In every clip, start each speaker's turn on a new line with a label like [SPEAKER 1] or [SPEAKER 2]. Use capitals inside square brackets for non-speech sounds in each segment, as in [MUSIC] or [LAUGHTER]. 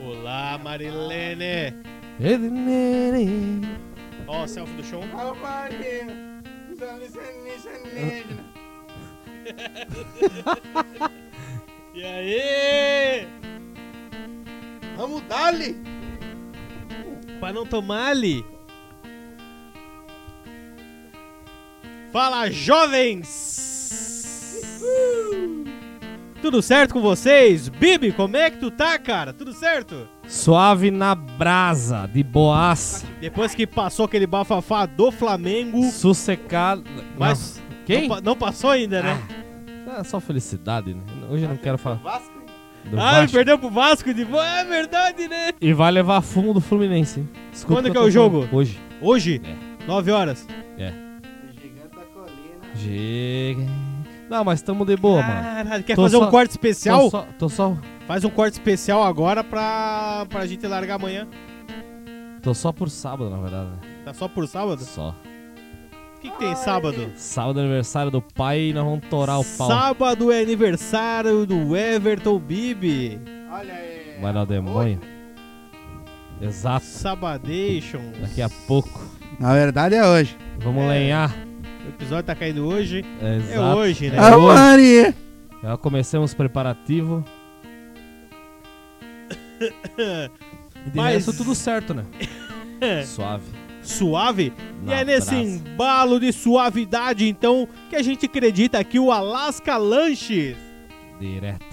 [SPEAKER 1] Olá, Marilene! Ó, selfie do show. E aí?
[SPEAKER 2] Vamos dali!
[SPEAKER 1] Pra não tomar ali. Fala, jovens! Tudo certo com vocês? Bibi, como é que tu tá, cara? Tudo certo?
[SPEAKER 3] Suave na brasa, de boas,
[SPEAKER 1] Depois que passou aquele bafafá do Flamengo,
[SPEAKER 3] sossegado.
[SPEAKER 1] Mas-
[SPEAKER 3] Não.
[SPEAKER 1] Uh. não,
[SPEAKER 3] quem?
[SPEAKER 1] pa- não passou ainda, né?
[SPEAKER 3] Ah, é só felicidade, né? Hoje eu não quero falar
[SPEAKER 2] Vasco?
[SPEAKER 3] do
[SPEAKER 1] ah, ele
[SPEAKER 3] Vasco.
[SPEAKER 1] perdeu pro Vasco de boa, é verdade, né?
[SPEAKER 3] E vai levar fumo do Fluminense. hein? Escuta
[SPEAKER 1] Quando
[SPEAKER 3] eu
[SPEAKER 1] que é
[SPEAKER 3] tô
[SPEAKER 1] o jogo?
[SPEAKER 3] falando. Hoje.
[SPEAKER 1] Hoje, 9 horas.
[SPEAKER 2] Gigante da colina.
[SPEAKER 3] Chega. Não, mas tamo de boa, mano.
[SPEAKER 1] Caralho, quer
[SPEAKER 3] Tô
[SPEAKER 1] fazer um
[SPEAKER 3] só-
[SPEAKER 1] corte
[SPEAKER 3] Tô
[SPEAKER 1] especial?
[SPEAKER 3] só, tô só,
[SPEAKER 1] Faz um corte especial agora pra, pra gente largar amanhã.
[SPEAKER 3] tô só por sábado, na verdade. né?
[SPEAKER 1] Tá só por sábado?
[SPEAKER 3] Só.
[SPEAKER 1] O que, que tem sábado?
[SPEAKER 3] Sábado é aniversário do pai e nós vamos torar o pau.
[SPEAKER 1] Sábado é aniversário do Everton Bibi.
[SPEAKER 2] Olha aí.
[SPEAKER 3] Vai dar o demônio. Exato.
[SPEAKER 1] Sabadation.
[SPEAKER 3] Daqui a pouco.
[SPEAKER 4] Na verdade é hoje.
[SPEAKER 3] Vamos
[SPEAKER 1] É.
[SPEAKER 3] lenhar.
[SPEAKER 1] O episódio tá caindo hoje.
[SPEAKER 3] É,
[SPEAKER 1] É
[SPEAKER 3] exato.
[SPEAKER 1] hoje, né?
[SPEAKER 3] É
[SPEAKER 4] Ah,
[SPEAKER 3] hoje.
[SPEAKER 4] Maria!
[SPEAKER 3] Já começamos os preparativos. E de
[SPEAKER 1] Mas-
[SPEAKER 3] resto, tudo certo,
[SPEAKER 1] [LAUGHS]
[SPEAKER 3] né? Suave.
[SPEAKER 1] Suave. e
[SPEAKER 3] Na
[SPEAKER 1] é nesse
[SPEAKER 3] brasa.
[SPEAKER 1] embalo de suavidade, então, que a gente acredita que o Alaska Lanches.
[SPEAKER 3] Direto.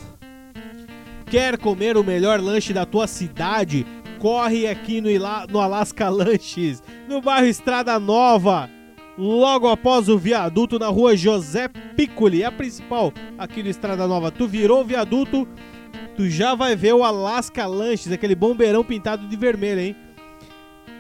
[SPEAKER 1] Quer comer o melhor lanche da tua cidade? Corre aqui no, Ila- no Alaska Lanches, no bairro Estrada Nova, logo após o viaduto na rua José Piccoli, a principal aqui no Estrada Nova. Tu virou o viaduto, tu já vai ver o Alaska Lanches, aquele bombeirão pintado de vermelho, hein?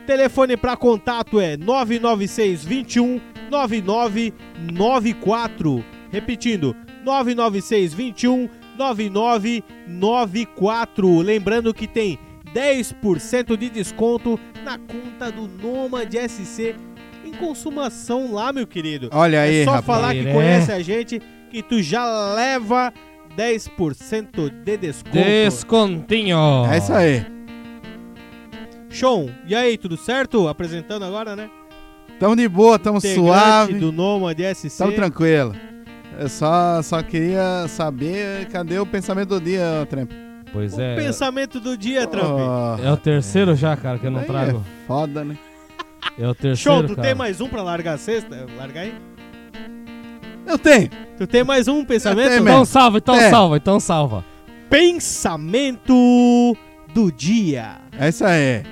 [SPEAKER 1] Telefone para contato é 996 21 9994. Repetindo, 996 21 9994. Lembrando que tem 10% de desconto na conta do Nomad SC em consumação lá, meu querido.
[SPEAKER 4] Olha aí,
[SPEAKER 1] é só
[SPEAKER 4] rapaz.
[SPEAKER 1] falar que
[SPEAKER 3] É.
[SPEAKER 1] conhece a gente que tu já leva 10% de desconto.
[SPEAKER 3] Descontinho!
[SPEAKER 4] É isso aí.
[SPEAKER 1] Sean, e aí, tudo certo? Apresentando agora, né?
[SPEAKER 4] Tamo de boa, tamo
[SPEAKER 1] Integrante
[SPEAKER 4] suave,
[SPEAKER 1] do Nomad SC.
[SPEAKER 4] tamo tranquilo. Eu só, só queria saber cadê o pensamento do dia, Trump.
[SPEAKER 3] Pois
[SPEAKER 1] O
[SPEAKER 3] é.
[SPEAKER 1] pensamento do dia, Trump.
[SPEAKER 4] Oh,
[SPEAKER 3] É o terceiro já, cara, que eu não
[SPEAKER 4] Aí
[SPEAKER 3] trago.
[SPEAKER 4] é foda, né?
[SPEAKER 3] É o terceiro.
[SPEAKER 1] Sean, tu
[SPEAKER 3] cara.
[SPEAKER 1] tem mais um pra largar a sexta? Largar aí?
[SPEAKER 4] Eu tenho.
[SPEAKER 1] Tu tem mais um pensamento?
[SPEAKER 4] tenho,
[SPEAKER 3] Então salva, então
[SPEAKER 4] É.
[SPEAKER 3] salva, então salva.
[SPEAKER 1] pensamento do dia.
[SPEAKER 4] É isso aí.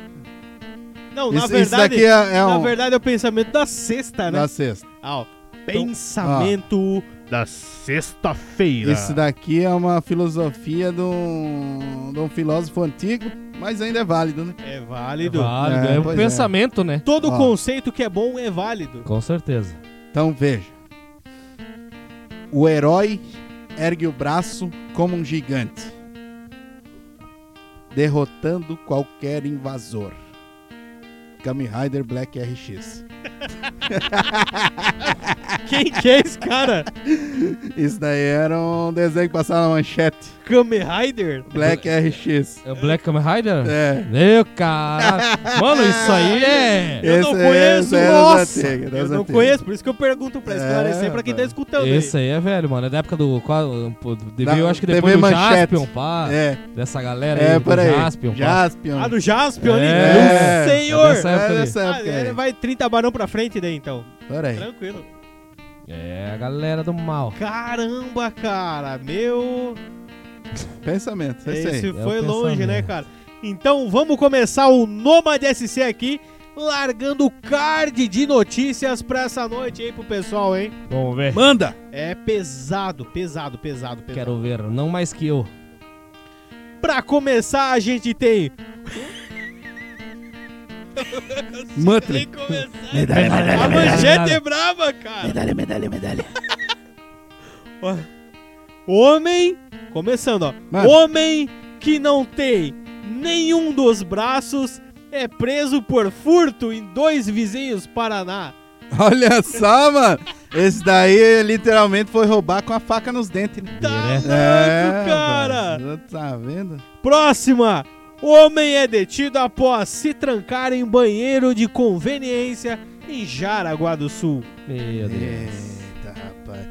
[SPEAKER 1] Não, na
[SPEAKER 4] Isso,
[SPEAKER 1] verdade,
[SPEAKER 4] isso daqui é, é
[SPEAKER 1] na
[SPEAKER 4] um...
[SPEAKER 1] verdade é o pensamento da sexta, né?
[SPEAKER 4] Da sexta.
[SPEAKER 1] Ah, ó,
[SPEAKER 4] Então,
[SPEAKER 1] pensamento da sexta-feira.
[SPEAKER 4] Isso daqui é uma filosofia de um, de um filósofo antigo, mas ainda é válido, né?
[SPEAKER 1] É válido.
[SPEAKER 3] Válido.
[SPEAKER 4] É,
[SPEAKER 3] É, um
[SPEAKER 4] pois é.
[SPEAKER 3] pensamento, né?
[SPEAKER 1] Todo
[SPEAKER 4] Ó.
[SPEAKER 1] conceito que é bom é válido. [LAUGHS]
[SPEAKER 3] Com certeza.
[SPEAKER 4] Então veja. O herói ergue o braço como um gigante, derrotando qualquer invasor. Kamen Rider Black RX.
[SPEAKER 1] Quem que é esse cara?
[SPEAKER 4] Isso daí era um desenho que passava na manchete.
[SPEAKER 1] Kamen Rider? [LAUGHS]
[SPEAKER 4] Black RX.
[SPEAKER 3] É o Black Kamen Rider?
[SPEAKER 4] É.
[SPEAKER 3] Meu cara.
[SPEAKER 4] [LAUGHS]
[SPEAKER 3] Mano, isso aí é.
[SPEAKER 1] Eu não conheço,
[SPEAKER 4] era
[SPEAKER 1] nossa.
[SPEAKER 4] das antigas, das
[SPEAKER 1] Eu não
[SPEAKER 4] antigas.
[SPEAKER 1] conheço, por isso que eu pergunto pra esclarecer
[SPEAKER 4] É,
[SPEAKER 1] pra quem tá
[SPEAKER 4] rapaz.
[SPEAKER 1] escutando. aí.
[SPEAKER 3] Esse aí é velho, mano. É da época do. qual- pô,
[SPEAKER 4] Da-
[SPEAKER 3] Devia, eu acho que
[SPEAKER 4] TV
[SPEAKER 3] depois do
[SPEAKER 4] Manchete.
[SPEAKER 3] Jaspion, pá.
[SPEAKER 4] É,
[SPEAKER 3] Dessa galera aí.
[SPEAKER 4] é,
[SPEAKER 3] do
[SPEAKER 4] peraí.
[SPEAKER 3] Jaspion, pá.
[SPEAKER 4] Jaspion.
[SPEAKER 1] Ah, do Jaspion ali?
[SPEAKER 3] um- É,
[SPEAKER 1] Meu senhor!
[SPEAKER 3] dessa época
[SPEAKER 4] É
[SPEAKER 3] ali.
[SPEAKER 4] dessa
[SPEAKER 1] Ah,
[SPEAKER 4] época
[SPEAKER 1] ele
[SPEAKER 4] aí.
[SPEAKER 1] vai 30 barão pra frente daí então.
[SPEAKER 4] Peraí.
[SPEAKER 1] Tranquilo.
[SPEAKER 3] É a galera do mal.
[SPEAKER 1] Caramba, cara, meu.
[SPEAKER 4] Pensamento, é isso aí.
[SPEAKER 1] Esse
[SPEAKER 3] o
[SPEAKER 1] foi longe,
[SPEAKER 3] pensamento.
[SPEAKER 1] né, cara? Então vamos começar o Nomad SC aqui, largando o card de notícias pra essa noite aí pro pessoal, hein?
[SPEAKER 3] Vamos ver.
[SPEAKER 4] Manda!
[SPEAKER 1] É pesado, pesado, pesado, pesado.
[SPEAKER 3] Quero ver, não mais que eu.
[SPEAKER 1] Pra começar, a gente tem.
[SPEAKER 4] Mantle.
[SPEAKER 1] começar.
[SPEAKER 4] Medalha,
[SPEAKER 1] A manchete é brava, cara.
[SPEAKER 4] medalha, medalha, medalha.
[SPEAKER 1] Ó. Homem, começando, ó.
[SPEAKER 4] Mano.
[SPEAKER 1] Homem que não tem nenhum dos braços é preso por furto em dois vizinhos Paraná.
[SPEAKER 4] Olha só, mano. Esse daí literalmente foi roubar com a faca nos dentes. né?
[SPEAKER 1] Tá
[SPEAKER 3] Direto.
[SPEAKER 1] louco, cara.
[SPEAKER 4] mano, Tá vendo?
[SPEAKER 1] Próxima. Homem é detido após se trancar em banheiro de conveniência em Jaraguá do Sul.
[SPEAKER 4] Então,
[SPEAKER 3] Meu Deus.
[SPEAKER 4] Eita, rapaz.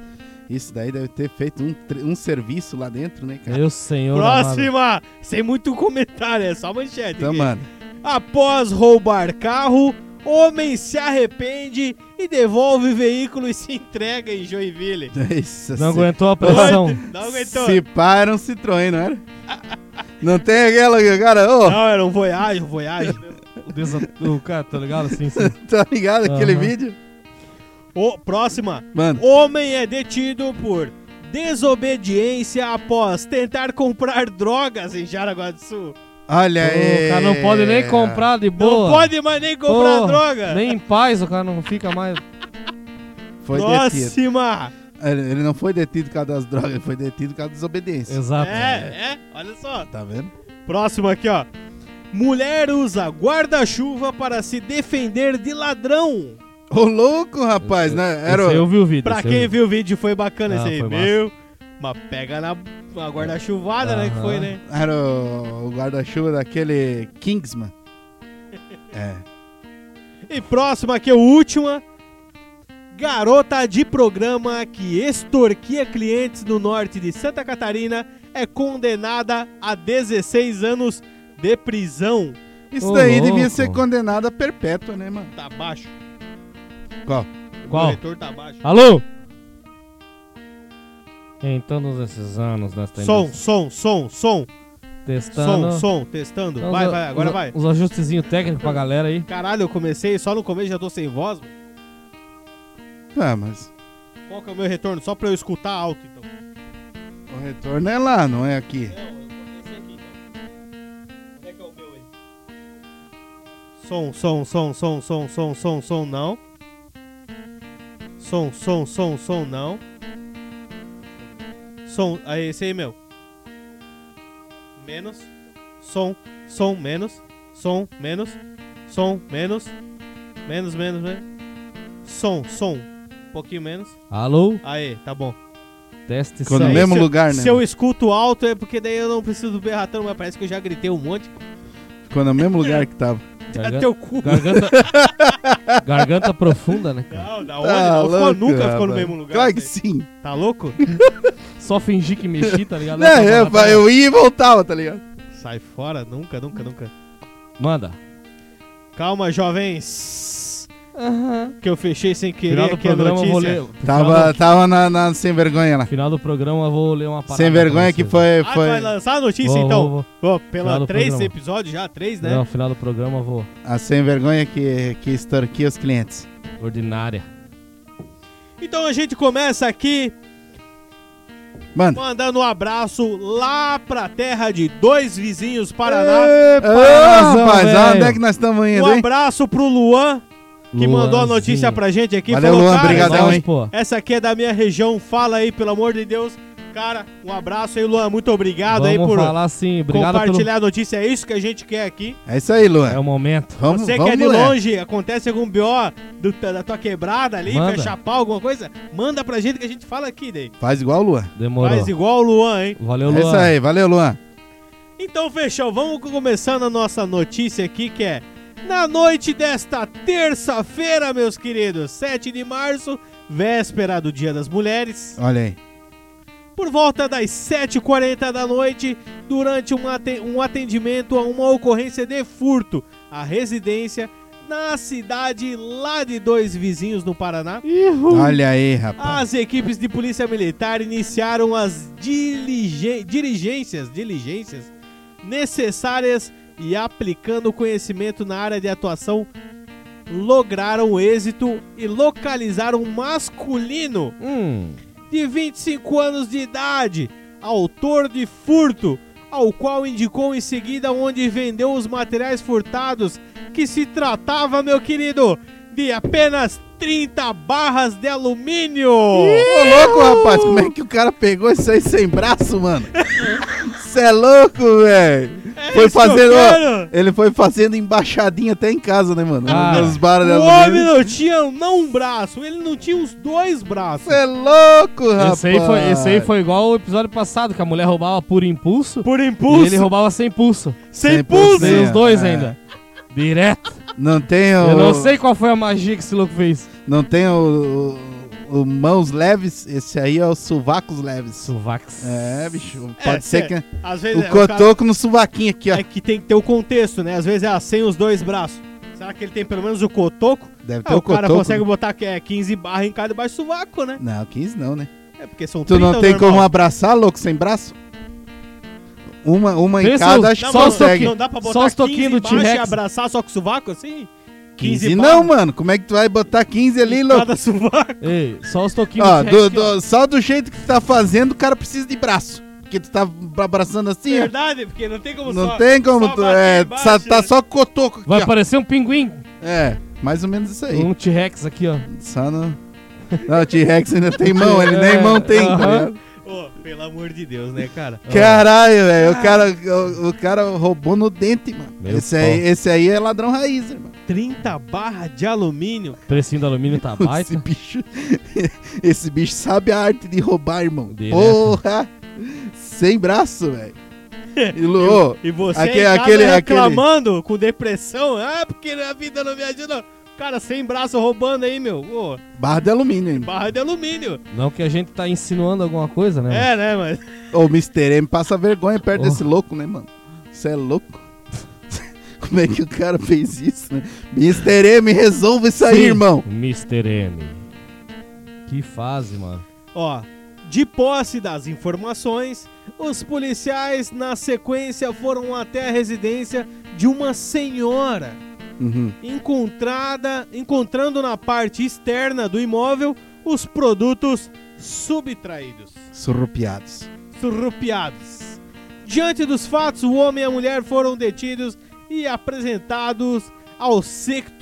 [SPEAKER 4] Isso daí deve ter feito um, tre- um serviço lá dentro, né, cara?
[SPEAKER 3] Meu senhor. amado.
[SPEAKER 1] Próxima! Sem muito comentário, é só manchete.
[SPEAKER 4] Então,
[SPEAKER 1] aqui.
[SPEAKER 4] mano. [LAUGHS]
[SPEAKER 1] Após roubar carro, homem se arrepende e devolve veículo e se entrega em Joinville.
[SPEAKER 4] Isso,
[SPEAKER 3] Não
[SPEAKER 4] se-
[SPEAKER 3] aguentou a pressão.
[SPEAKER 1] Não aguentou.
[SPEAKER 4] Se para um Citroën, não era? Não tem aquela que o cara, ô,
[SPEAKER 1] Não, era um voyage, um voyage.
[SPEAKER 3] O, desa... o cara, tá ligado?
[SPEAKER 4] [LAUGHS]
[SPEAKER 3] Assim, sim.
[SPEAKER 4] tá ligado aquele
[SPEAKER 3] Aham.
[SPEAKER 4] vídeo?
[SPEAKER 1] Ô, próxima.
[SPEAKER 4] Mano,
[SPEAKER 1] Homem é detido por desobediência após tentar comprar drogas em Jaraguá do Sul.
[SPEAKER 4] olha aí.
[SPEAKER 3] O cara não pode nem comprar de boa.
[SPEAKER 1] Não pode mais nem comprar
[SPEAKER 3] Porra,
[SPEAKER 1] droga.
[SPEAKER 3] Nem em paz o cara não fica mais.
[SPEAKER 4] Foi detido.
[SPEAKER 1] Próxima.
[SPEAKER 4] Ele ele não foi detido por causa das drogas, ele foi detido por causa da desobediência.
[SPEAKER 3] Exato.
[SPEAKER 1] É, é, olha só.
[SPEAKER 4] Tá vendo?
[SPEAKER 1] Próxima aqui, ó. Mulher usa guarda-chuva para se defender de ladrão.
[SPEAKER 4] Ô, louco, rapaz, né? Era
[SPEAKER 3] Esse aí
[SPEAKER 4] o...
[SPEAKER 3] eu vi o vídeo.
[SPEAKER 1] Pra
[SPEAKER 3] esse aí eu
[SPEAKER 1] quem viu o vídeo, foi bacana
[SPEAKER 3] Ah,
[SPEAKER 1] esse aí.
[SPEAKER 3] foi massa.
[SPEAKER 1] Meu, mas pega na, na guarda-chuvada, né? Que
[SPEAKER 3] Aham.
[SPEAKER 1] foi, né?
[SPEAKER 4] Era o o guarda-chuva daquele Kingsman. É.
[SPEAKER 1] E próxima aqui, a última. Garota de programa que extorquia clientes do norte de Santa Catarina é condenada a 16 anos de prisão.
[SPEAKER 4] Isso
[SPEAKER 3] Ô,
[SPEAKER 4] daí devia
[SPEAKER 3] louco.
[SPEAKER 4] ser condenado a perpétua, né, mano?
[SPEAKER 1] Tá baixo.
[SPEAKER 4] Qual?
[SPEAKER 3] Qual? Ah,
[SPEAKER 1] O corretor tá baixo.
[SPEAKER 3] Alô? Em todos esses anos nós temos
[SPEAKER 1] Som, som, som, som,
[SPEAKER 3] testando.
[SPEAKER 1] som, som, testando.
[SPEAKER 3] Então,
[SPEAKER 1] Vai,
[SPEAKER 3] os-
[SPEAKER 1] vai, agora
[SPEAKER 3] os-
[SPEAKER 1] vai.
[SPEAKER 3] Os ajustezinhos técnicos pra galera aí.
[SPEAKER 1] Caralho, eu comecei só no começo, já tô sem voz. mano.
[SPEAKER 4] Tá, mas
[SPEAKER 1] Qual que é o meu retorno? Só pra eu escutar alto, então.
[SPEAKER 4] o retorno é lá, não é aqui.
[SPEAKER 1] Não, eu comecei aqui, então. Onde é que é o meu aí? Som, som, som, som, som, som, som, som, não. Som, som, som, som, não. Som, aí, esse aí, meu. Menos. Som, som, menos. Som, menos. Som, menos. Menos, menos, menos. Som, som. Um pouquinho menos.
[SPEAKER 3] Alô?
[SPEAKER 1] Aí, tá bom.
[SPEAKER 3] Teste
[SPEAKER 4] Quando
[SPEAKER 3] som.
[SPEAKER 1] Aí,
[SPEAKER 4] mesmo
[SPEAKER 1] se eu-
[SPEAKER 4] lugar, né?
[SPEAKER 1] Se eu escuto alto é porque daí eu não preciso berrar tanto, mas parece que eu já gritei um monte.
[SPEAKER 4] Ficou no mesmo lugar que tava.
[SPEAKER 1] Até
[SPEAKER 3] [LAUGHS] Gargan-
[SPEAKER 1] teu cu.
[SPEAKER 3] Garganta... Garganta profunda, né, cara?
[SPEAKER 1] Não, da onde?
[SPEAKER 4] Tá
[SPEAKER 1] não ficou,
[SPEAKER 4] louco,
[SPEAKER 1] nunca ficou no
[SPEAKER 4] rapaz.
[SPEAKER 1] mesmo lugar.
[SPEAKER 4] Claro que
[SPEAKER 1] velho.
[SPEAKER 4] sim.
[SPEAKER 1] Tá
[SPEAKER 4] [LAUGHS]
[SPEAKER 1] louco?
[SPEAKER 3] Só fingir que mexi, tá ligado?
[SPEAKER 4] Não, Né, eu, eu ia e voltava, tá ligado?
[SPEAKER 1] Sai fora, nunca, nunca, nunca.
[SPEAKER 3] Manda.
[SPEAKER 1] Calma, jovens. Que eu fechei sem querer
[SPEAKER 3] Final do
[SPEAKER 1] aqui a
[SPEAKER 3] programa eu vou
[SPEAKER 1] notícia.
[SPEAKER 3] ler.
[SPEAKER 4] Tava,
[SPEAKER 3] Final do-
[SPEAKER 4] tava na, na sem vergonha lá.
[SPEAKER 3] Final do programa eu vou ler uma parada. né?
[SPEAKER 4] sem vergonha
[SPEAKER 3] pra
[SPEAKER 4] que
[SPEAKER 3] vocês.
[SPEAKER 4] foi.
[SPEAKER 1] Ah, tu
[SPEAKER 4] foi...
[SPEAKER 1] vai lançar a notícia
[SPEAKER 3] Vou,
[SPEAKER 1] então?
[SPEAKER 3] vou,
[SPEAKER 1] Pô,
[SPEAKER 3] Final
[SPEAKER 1] pela
[SPEAKER 3] do
[SPEAKER 1] três
[SPEAKER 3] programa.
[SPEAKER 1] episódios já, três, né?
[SPEAKER 3] Não, final do programa eu vou.
[SPEAKER 4] A sem vergonha que, que extorquia os clientes.
[SPEAKER 3] Ordinária.
[SPEAKER 1] Então a gente começa aqui
[SPEAKER 4] Mano.
[SPEAKER 1] mandando um abraço lá pra terra de dois vizinhos Paraná.
[SPEAKER 4] Ô,
[SPEAKER 3] Paranazão,
[SPEAKER 4] rapaz,
[SPEAKER 3] velho.
[SPEAKER 4] onde é que nós estamos indo,
[SPEAKER 1] Um
[SPEAKER 4] hein?
[SPEAKER 1] abraço pro Luan, que mandou a notícia pra gente aqui.
[SPEAKER 4] Valeu,
[SPEAKER 1] falou,
[SPEAKER 4] Luan,
[SPEAKER 1] cara,
[SPEAKER 4] obrigadão,
[SPEAKER 3] Nós,
[SPEAKER 4] hein?
[SPEAKER 3] pô.
[SPEAKER 1] Essa aqui é da minha região, fala aí, pelo amor de Deus. Cara, um abraço aí, Luan. Muito obrigado aí
[SPEAKER 3] Vamos
[SPEAKER 1] por
[SPEAKER 3] falar sim. Obrigado pelo...
[SPEAKER 1] compartilhar a notícia. É isso que a gente quer aqui.
[SPEAKER 4] É isso aí, Luan.
[SPEAKER 3] É o momento.
[SPEAKER 4] Vamos,
[SPEAKER 1] Você
[SPEAKER 4] vamos
[SPEAKER 1] que é de
[SPEAKER 4] ler.
[SPEAKER 1] longe, acontece algum BO do- da tua quebrada ali,
[SPEAKER 3] Manda.
[SPEAKER 1] quer chapar alguma coisa, manda pra gente que a gente fala aqui, daí.
[SPEAKER 4] Faz igual o Luan.
[SPEAKER 3] Demorou.
[SPEAKER 1] Faz igual o Luan, hein?
[SPEAKER 3] Valeu,
[SPEAKER 4] É
[SPEAKER 3] Luan.
[SPEAKER 4] isso aí, valeu, Luan.
[SPEAKER 1] Então, fechou. Vamos começando a nossa notícia aqui, que é... Na noite desta terça-feira, meus queridos, 7 de março, véspera do Dia das Mulheres...
[SPEAKER 4] Olha aí.
[SPEAKER 1] Por volta das 7h40 da noite, durante um aten- um atendimento a uma ocorrência de furto à residência na cidade lá de dois vizinhos no Paraná,
[SPEAKER 3] Uh.
[SPEAKER 4] Olha aí, rapaz.
[SPEAKER 1] as equipes de polícia militar iniciaram as diligen- diligências, diligências necessárias e aplicando conhecimento na área de atuação lograram êxito e localizaram um masculino
[SPEAKER 3] Hum,
[SPEAKER 1] de 25 anos de idade, autor de furto, ao qual indicou em seguida onde vendeu os materiais furtados, que se tratava, meu querido, de apenas 30 barras de alumínio.
[SPEAKER 3] Ah,
[SPEAKER 4] Ô, louco,
[SPEAKER 3] uh.
[SPEAKER 4] rapaz, como é que o cara pegou isso aí sem braço, mano? Você é louco, velho. foi
[SPEAKER 1] isso que eu
[SPEAKER 4] fazendo. ó,
[SPEAKER 1] quero.
[SPEAKER 4] ele foi fazendo embaixadinha até em casa, né, mano?
[SPEAKER 3] Ah.
[SPEAKER 4] Nos barulhos.
[SPEAKER 1] O homem não tinha não um braço, ele não tinha os dois braços.
[SPEAKER 4] Você é louco, rapaz.
[SPEAKER 3] Esse aí, foi, esse aí foi igual o episódio passado, que a mulher roubava por impulso,
[SPEAKER 1] Por
[SPEAKER 3] e
[SPEAKER 1] impulso,
[SPEAKER 3] ele roubava sem pulso.
[SPEAKER 1] sem
[SPEAKER 4] 100%.
[SPEAKER 1] pulso.
[SPEAKER 4] Sim,
[SPEAKER 3] Sem os dois
[SPEAKER 4] é.
[SPEAKER 3] ainda. Direto.
[SPEAKER 4] Não tem o.
[SPEAKER 3] Eu não sei qual foi a magia que esse louco fez.
[SPEAKER 4] Não tem o, o- o mãos leves. Esse aí é o sovacos leves.
[SPEAKER 3] Suvax.
[SPEAKER 4] É, bicho. Pode
[SPEAKER 1] É,
[SPEAKER 4] ser que.
[SPEAKER 1] é, Às vezes é,
[SPEAKER 4] O
[SPEAKER 1] o cara-
[SPEAKER 4] cotoco no sovaquinho aqui, ó.
[SPEAKER 1] é que tem que ter o contexto, né? Às vezes é ah, sem os dois braços. Será que ele tem pelo menos o cotoco?
[SPEAKER 4] Deve ter
[SPEAKER 1] Ah,
[SPEAKER 4] o,
[SPEAKER 1] o cara
[SPEAKER 4] Então cotoco.
[SPEAKER 1] consegue botar que é 15 barra em cada debaixo do sovaco, né?
[SPEAKER 4] Não, 15 não, né?
[SPEAKER 1] É porque são
[SPEAKER 4] Tu
[SPEAKER 1] 30
[SPEAKER 4] não tem
[SPEAKER 1] normal.
[SPEAKER 4] como abraçar, louco, sem braço? Uma, uma em
[SPEAKER 3] Pensa
[SPEAKER 4] cada,
[SPEAKER 3] os-
[SPEAKER 4] acho que
[SPEAKER 1] Não,
[SPEAKER 3] Só
[SPEAKER 1] mano,
[SPEAKER 3] os toquinhos.
[SPEAKER 4] consegue.
[SPEAKER 1] não dá pra
[SPEAKER 3] só
[SPEAKER 1] botar
[SPEAKER 3] os toquinhos
[SPEAKER 1] 15
[SPEAKER 3] do
[SPEAKER 1] embaixo e
[SPEAKER 3] T-Rex.
[SPEAKER 1] abraçar só com o sovaco assim?
[SPEAKER 4] 15
[SPEAKER 1] barra
[SPEAKER 4] não, mano. Como é que tu vai botar 15 ali,
[SPEAKER 1] em
[SPEAKER 4] louco?
[SPEAKER 1] Cada sovaco.
[SPEAKER 3] Ei, só os toquinhos
[SPEAKER 4] Ó,
[SPEAKER 3] de
[SPEAKER 4] Ah, do-
[SPEAKER 3] Rex que, ó.
[SPEAKER 4] do- só do jeito que tu tá fazendo, o cara precisa de braço. Porque tu tá abraçando assim, ó.
[SPEAKER 1] é Verdade, porque não tem como
[SPEAKER 4] Não
[SPEAKER 1] só-
[SPEAKER 4] tem como
[SPEAKER 1] só
[SPEAKER 4] tu.
[SPEAKER 1] bater
[SPEAKER 4] É,
[SPEAKER 1] embaixo,
[SPEAKER 4] só- tá
[SPEAKER 1] né?
[SPEAKER 4] só cotoco aqui,
[SPEAKER 3] Vai
[SPEAKER 4] ó.
[SPEAKER 3] aparecer um pinguim.
[SPEAKER 4] É, mais ou menos isso aí.
[SPEAKER 3] Um T-Rex aqui, ó.
[SPEAKER 4] Só no. Não, [LAUGHS] o T-Rex ainda tem mão, ele
[SPEAKER 1] É.
[SPEAKER 4] nem mão tem. tá
[SPEAKER 3] Aham.
[SPEAKER 4] ligado?
[SPEAKER 1] Ô, pelo amor de Deus, né, cara?
[SPEAKER 4] é- Caralho, velho. O cara, o, o cara roubou no dente, mano.
[SPEAKER 3] Meu
[SPEAKER 4] Esse aí,
[SPEAKER 3] pau.
[SPEAKER 4] esse aí é ladrão raiz, irmão.
[SPEAKER 1] 30 barra de alumínio.
[SPEAKER 3] Precinho do alumínio
[SPEAKER 4] [LAUGHS]
[SPEAKER 3] tá
[SPEAKER 4] Esse
[SPEAKER 3] baita.
[SPEAKER 4] bicho. Esse bicho sabe a arte de roubar, irmão.
[SPEAKER 3] Direto.
[SPEAKER 4] Porra! Sem braço, velho. E Lu, ô,
[SPEAKER 1] E você
[SPEAKER 4] Aque-
[SPEAKER 1] em casa
[SPEAKER 4] aquele-
[SPEAKER 1] reclamando com depressão. Ah, porque a vida não me ajuda. Cara, sem braço roubando aí, meu. Ô,
[SPEAKER 4] barra de alumínio, hein?
[SPEAKER 1] barra de alumínio.
[SPEAKER 3] Não que a gente tá insinuando alguma coisa, né?
[SPEAKER 1] É, né, mano?
[SPEAKER 4] Ô, Mr. M passa vergonha perto
[SPEAKER 3] Oh.
[SPEAKER 4] desse louco, né, mano? Você é louco? [LAUGHS] Como é que o cara fez isso, né? Mr. M, resolve isso aí,
[SPEAKER 3] Sim,
[SPEAKER 4] irmão.
[SPEAKER 3] Mr. M. Que fase, mano.
[SPEAKER 1] Ó, de posse das informações, os policiais, na sequência, foram até a residência de uma senhora.
[SPEAKER 4] Uhum.
[SPEAKER 1] encontrada, encontrando na parte externa do imóvel os produtos subtraídos,
[SPEAKER 4] Surrupiados.
[SPEAKER 1] surrupiados. Diante dos fatos, o homem e a mulher foram detidos e apresentados ao 70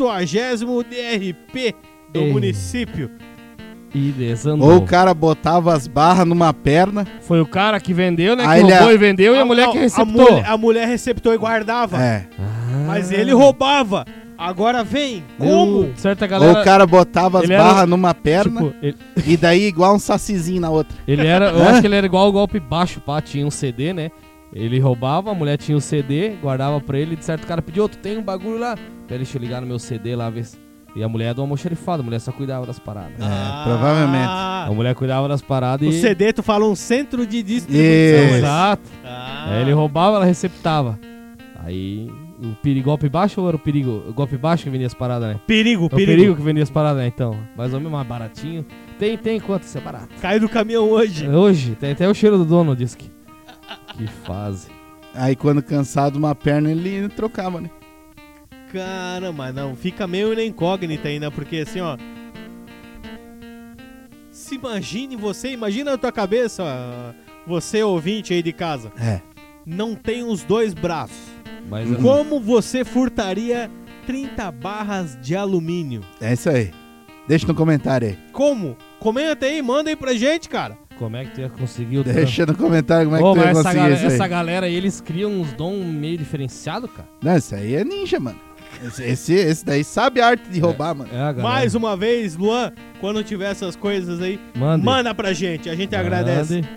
[SPEAKER 1] DRP do
[SPEAKER 3] Ei.
[SPEAKER 1] município.
[SPEAKER 3] E desandou.
[SPEAKER 4] Ou o cara botava as barras numa perna.
[SPEAKER 3] Foi o cara que vendeu, né?
[SPEAKER 4] Aí Ah,
[SPEAKER 3] que
[SPEAKER 4] ele- é-
[SPEAKER 3] roubou e vendeu e a mulher
[SPEAKER 1] Ah, não,
[SPEAKER 3] que receptou.
[SPEAKER 1] A mulher, a mulher receptou e guardava,
[SPEAKER 4] É.
[SPEAKER 1] mas ele roubava. Agora vem, como?
[SPEAKER 3] Eu- certa
[SPEAKER 4] Ou
[SPEAKER 3] galera...
[SPEAKER 4] o cara é botava as
[SPEAKER 3] ele era-
[SPEAKER 4] barras numa perna.
[SPEAKER 3] Tipo, ele,
[SPEAKER 4] E daí igual um sacizinho na outra.
[SPEAKER 3] ele era... Eu
[SPEAKER 1] [LAUGHS] É?
[SPEAKER 4] Hã?
[SPEAKER 3] acho que ele era igual o golpe baixo, pá. Tinha um CD, né? Ele roubava, a mulher tinha o CD, guardava pra ele. De certo, o cara pediu, "Ô, tu tem um bagulho lá? Peraí, deixa eu ligar no meu CD lá, ver se... E a mulher era uma almoxerifada, a mulher só cuidava das paradas.
[SPEAKER 1] Ah,
[SPEAKER 4] provavelmente.
[SPEAKER 3] A mulher cuidava das paradas
[SPEAKER 1] O
[SPEAKER 3] e...
[SPEAKER 1] CD, tu fala um centro de
[SPEAKER 4] Isso.
[SPEAKER 1] distribuição. né?
[SPEAKER 3] Exato.
[SPEAKER 1] Ah.
[SPEAKER 3] Aí É, ele roubava, ela receptava. Aí o perigo, golpe baixo ou era o perigo? O golpe baixo que vendia as paradas, né?
[SPEAKER 1] Perigo,
[SPEAKER 3] É o
[SPEAKER 1] perigo.
[SPEAKER 3] perigo que vendia as paradas, né? Então, mais ou menos mais baratinho. Tem, tem quanto isso é barato?
[SPEAKER 1] Caiu do caminhão hoje.
[SPEAKER 3] Hoje, tem até o cheiro do dono, diz que. Que fase.
[SPEAKER 4] Aí quando cansado uma perna, ele trocava, né?
[SPEAKER 1] Caramba, não. Fica meio na incógnita ainda, porque assim, ó. Se imagine você, imagina na tua cabeça, ó, você ouvinte aí de casa.
[SPEAKER 4] É.
[SPEAKER 1] Não tem os dois braços.
[SPEAKER 3] Mas
[SPEAKER 1] Como você furtaria 30 barras de alumínio?
[SPEAKER 4] É isso aí. Deixa no comentário aí.
[SPEAKER 1] Como? Comenta aí, manda aí pra gente, cara.
[SPEAKER 3] como é que tu ia conseguir o trampo?
[SPEAKER 4] Deixa no comentário como é que
[SPEAKER 3] Ô,
[SPEAKER 4] tu ia
[SPEAKER 3] mas essa,
[SPEAKER 4] conseguir
[SPEAKER 3] galera,
[SPEAKER 4] isso aí.
[SPEAKER 3] essa galera aí, eles criam uns dons meio diferenciados, cara.
[SPEAKER 4] Não, isso aí é ninja, mano. Esse, esse, esse daí sabe a arte de roubar, mano.
[SPEAKER 3] É, a galera.
[SPEAKER 1] Mais um uma vez, Luan, quando tiver essas coisas aí,
[SPEAKER 3] Mande.
[SPEAKER 1] manda pra gente. A gente agradece.
[SPEAKER 3] Mande.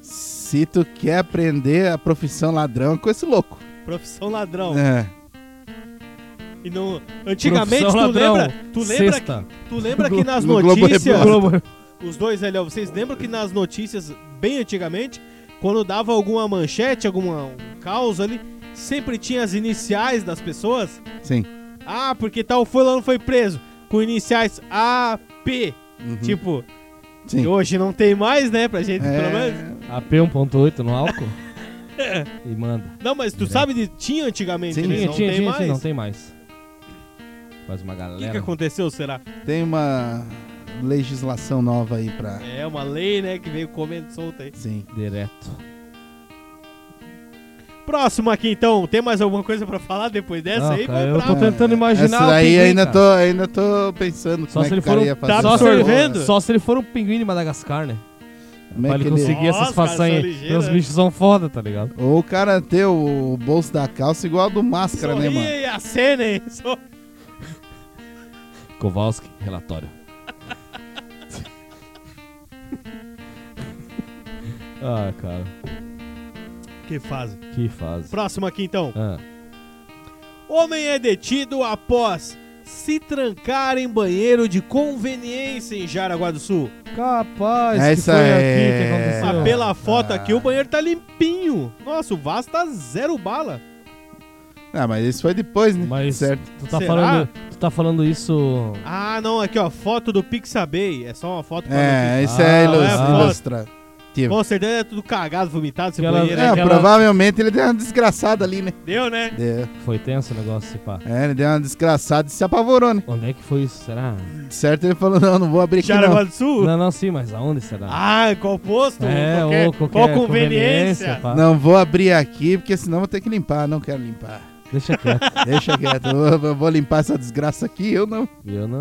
[SPEAKER 4] Se tu quer aprender a profissão ladrão, é com esse louco.
[SPEAKER 1] Profissão ladrão.
[SPEAKER 4] É.
[SPEAKER 1] E não, antigamente, tu
[SPEAKER 3] Profissão ladrão.
[SPEAKER 1] lembra, tu lembra,
[SPEAKER 3] Sexta.
[SPEAKER 1] [LAUGHS] que, tu lembra que nas
[SPEAKER 4] No Globo
[SPEAKER 1] notícias,
[SPEAKER 4] Repórter.
[SPEAKER 3] Globo-
[SPEAKER 1] os dois ali, ó, vocês lembram que nas notícias, bem antigamente, quando dava alguma manchete, alguma um causa ali, sempre tinha as iniciais das pessoas?
[SPEAKER 4] Sim.
[SPEAKER 1] Ah, porque tal fulano foi preso, com iniciais AP,
[SPEAKER 4] Uhum.
[SPEAKER 1] tipo,
[SPEAKER 4] Sim.
[SPEAKER 1] hoje não tem mais, né, pra gente, pelo menos.
[SPEAKER 4] É...
[SPEAKER 3] AP 1.8
[SPEAKER 1] [LAUGHS]
[SPEAKER 3] no álcool. e manda.
[SPEAKER 1] Não, mas tu sabe, de, tinha antigamente,
[SPEAKER 4] Sim,
[SPEAKER 1] né? É.
[SPEAKER 3] É. Tinha,
[SPEAKER 1] não
[SPEAKER 3] tinha,
[SPEAKER 1] tem
[SPEAKER 3] tinha,
[SPEAKER 1] mais.
[SPEAKER 3] tinha, não tem mais. Faz uma
[SPEAKER 1] O que,
[SPEAKER 3] galera.
[SPEAKER 1] que aconteceu, será?
[SPEAKER 4] Tem uma legislação nova aí pra.
[SPEAKER 1] É uma lei, né, que veio comendo solta aí.
[SPEAKER 4] Sim.
[SPEAKER 3] Direto.
[SPEAKER 1] Próximo aqui então, tem mais alguma coisa pra falar depois dessa
[SPEAKER 3] Não,
[SPEAKER 1] aí?
[SPEAKER 3] cara, eu
[SPEAKER 1] Vamos
[SPEAKER 3] tô
[SPEAKER 1] pra...
[SPEAKER 3] tentando imaginar.
[SPEAKER 4] É. Essa
[SPEAKER 3] o
[SPEAKER 4] aí
[SPEAKER 3] pinguim,
[SPEAKER 4] ainda
[SPEAKER 3] cara.
[SPEAKER 4] tô, ainda tô pensando
[SPEAKER 3] Só
[SPEAKER 4] como
[SPEAKER 3] se
[SPEAKER 4] é
[SPEAKER 3] ele
[SPEAKER 4] que o cara
[SPEAKER 3] for um-
[SPEAKER 4] ia fazer.
[SPEAKER 1] tá
[SPEAKER 4] essa
[SPEAKER 3] só se,
[SPEAKER 1] absorvendo.
[SPEAKER 4] porra.
[SPEAKER 3] só se ele for um pinguim de Madagascar, né?
[SPEAKER 4] Como
[SPEAKER 3] pra
[SPEAKER 4] é
[SPEAKER 3] ele
[SPEAKER 4] que ele...
[SPEAKER 3] conseguir essas
[SPEAKER 1] Nossa, cara,
[SPEAKER 3] façanhas.
[SPEAKER 1] são ligeiros,
[SPEAKER 3] Porque Os
[SPEAKER 1] né?
[SPEAKER 3] bichos são foda, tá ligado?
[SPEAKER 4] Ou o cara ter o bolso da calça igual ao do máscara, né, mano?
[SPEAKER 1] Sorri, acenem. [LAUGHS] Sor-
[SPEAKER 3] Kowalski, [LAUGHS] relatório. ah, cara,
[SPEAKER 1] Que fase.
[SPEAKER 3] que fase.
[SPEAKER 1] Próximo aqui, então.
[SPEAKER 3] Ah,
[SPEAKER 1] Homem é detido após se trancar em banheiro de conveniência em Jaraguá do Sul.
[SPEAKER 3] capaz
[SPEAKER 4] Essa
[SPEAKER 3] que foi
[SPEAKER 4] é-
[SPEAKER 3] aqui que
[SPEAKER 1] Mas
[SPEAKER 3] aconteceu.
[SPEAKER 1] pela foto
[SPEAKER 3] Ah.
[SPEAKER 1] aqui, o banheiro tá limpinho. Nossa, o vaso tá zero bala.
[SPEAKER 4] Ah, mas isso foi depois, né?
[SPEAKER 3] Mas
[SPEAKER 4] Certo.
[SPEAKER 3] tu, tá
[SPEAKER 1] Será?
[SPEAKER 3] falando, tu tá falando isso...
[SPEAKER 1] Ah, não, aqui ó, foto do Pixabay. É só uma foto pra
[SPEAKER 4] É,
[SPEAKER 1] notícia.
[SPEAKER 4] isso é,
[SPEAKER 3] Ah,
[SPEAKER 4] ilus-
[SPEAKER 1] é foto.
[SPEAKER 4] ilustrativo.
[SPEAKER 1] Com certeza é tudo cagado, vomitado, esse
[SPEAKER 3] Aquela-
[SPEAKER 1] banheiro.
[SPEAKER 4] É,
[SPEAKER 3] né, aquela-
[SPEAKER 4] provavelmente ele deu uma desgraçada ali, né?
[SPEAKER 1] Deu, né?
[SPEAKER 4] Deu.
[SPEAKER 3] Foi tenso o negócio, esse pá.
[SPEAKER 4] É, ele deu uma desgraçada e se apavorou, né?
[SPEAKER 3] Onde é que foi isso, será?
[SPEAKER 4] De certo, ele falou, não, não vou abrir aqui
[SPEAKER 1] Jaraguá
[SPEAKER 4] não.
[SPEAKER 1] do Sul?
[SPEAKER 3] Não, não, sim, mas aonde será?
[SPEAKER 1] Ah, qual posto?
[SPEAKER 3] é,
[SPEAKER 1] qualquer,
[SPEAKER 3] ou qualquer
[SPEAKER 1] qual conveniência.
[SPEAKER 3] pá.
[SPEAKER 4] Não vou abrir aqui, porque senão vou ter que limpar. Não quero limpar.
[SPEAKER 3] Deixa quieto.
[SPEAKER 4] Deixa quieto. Eu vou- eu vou limpar essa desgraça aqui, eu não.
[SPEAKER 3] Eu não.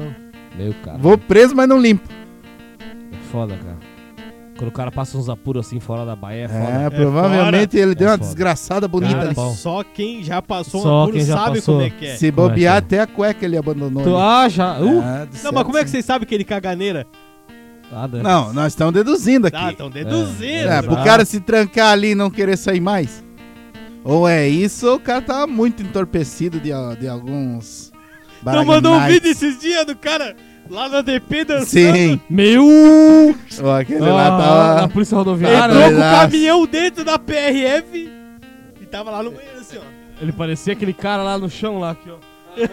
[SPEAKER 3] Meu cara.
[SPEAKER 4] Vou preso, mas não limpo.
[SPEAKER 3] É foda, cara. Quando o cara passa uns apuros assim fora da Bahia, é
[SPEAKER 4] É,
[SPEAKER 3] foda.
[SPEAKER 4] provavelmente ele deu
[SPEAKER 3] É
[SPEAKER 4] uma
[SPEAKER 3] foda.
[SPEAKER 4] desgraçada bonita
[SPEAKER 1] Cara,
[SPEAKER 4] ali.
[SPEAKER 3] Bom.
[SPEAKER 1] só quem já passou
[SPEAKER 3] Só
[SPEAKER 1] um apuro
[SPEAKER 3] quem já
[SPEAKER 1] sabe
[SPEAKER 3] passou.
[SPEAKER 1] como é que é.
[SPEAKER 4] Se
[SPEAKER 3] Como é
[SPEAKER 4] bobear,
[SPEAKER 3] que
[SPEAKER 4] até a cueca ele abandonou.
[SPEAKER 3] Tu
[SPEAKER 4] ali.
[SPEAKER 3] acha? Uh!
[SPEAKER 4] Ah, de
[SPEAKER 1] Não,
[SPEAKER 4] certo,
[SPEAKER 1] mas como é que
[SPEAKER 4] sim.
[SPEAKER 1] vocês sabem que ele caganeira?
[SPEAKER 3] Ah, deve-
[SPEAKER 4] Não, nós estamos deduzindo aqui.
[SPEAKER 1] Ah, estão deduzindo. né?
[SPEAKER 4] É, pro
[SPEAKER 3] Exato.
[SPEAKER 4] cara se trancar ali e não querer sair mais. Ou é isso, ou o cara tá muito entorpecido de, a- de alguns.
[SPEAKER 1] Não
[SPEAKER 4] Bargain
[SPEAKER 1] mandou um
[SPEAKER 4] Nights.
[SPEAKER 1] vídeo esses dias do cara lá na DP dançando.
[SPEAKER 4] Sim.
[SPEAKER 3] Meu!
[SPEAKER 4] Ou aquele
[SPEAKER 3] Ah,
[SPEAKER 4] lá tá,
[SPEAKER 3] Na
[SPEAKER 4] tava.
[SPEAKER 3] polícia
[SPEAKER 4] Ah,
[SPEAKER 3] rodoviária. né?
[SPEAKER 1] Entrou com o
[SPEAKER 4] Nossa.
[SPEAKER 1] caminhão dentro da PRF e tava lá no banheiro assim, ó.
[SPEAKER 3] Ele parecia aquele cara lá no chão, lá aqui, ó.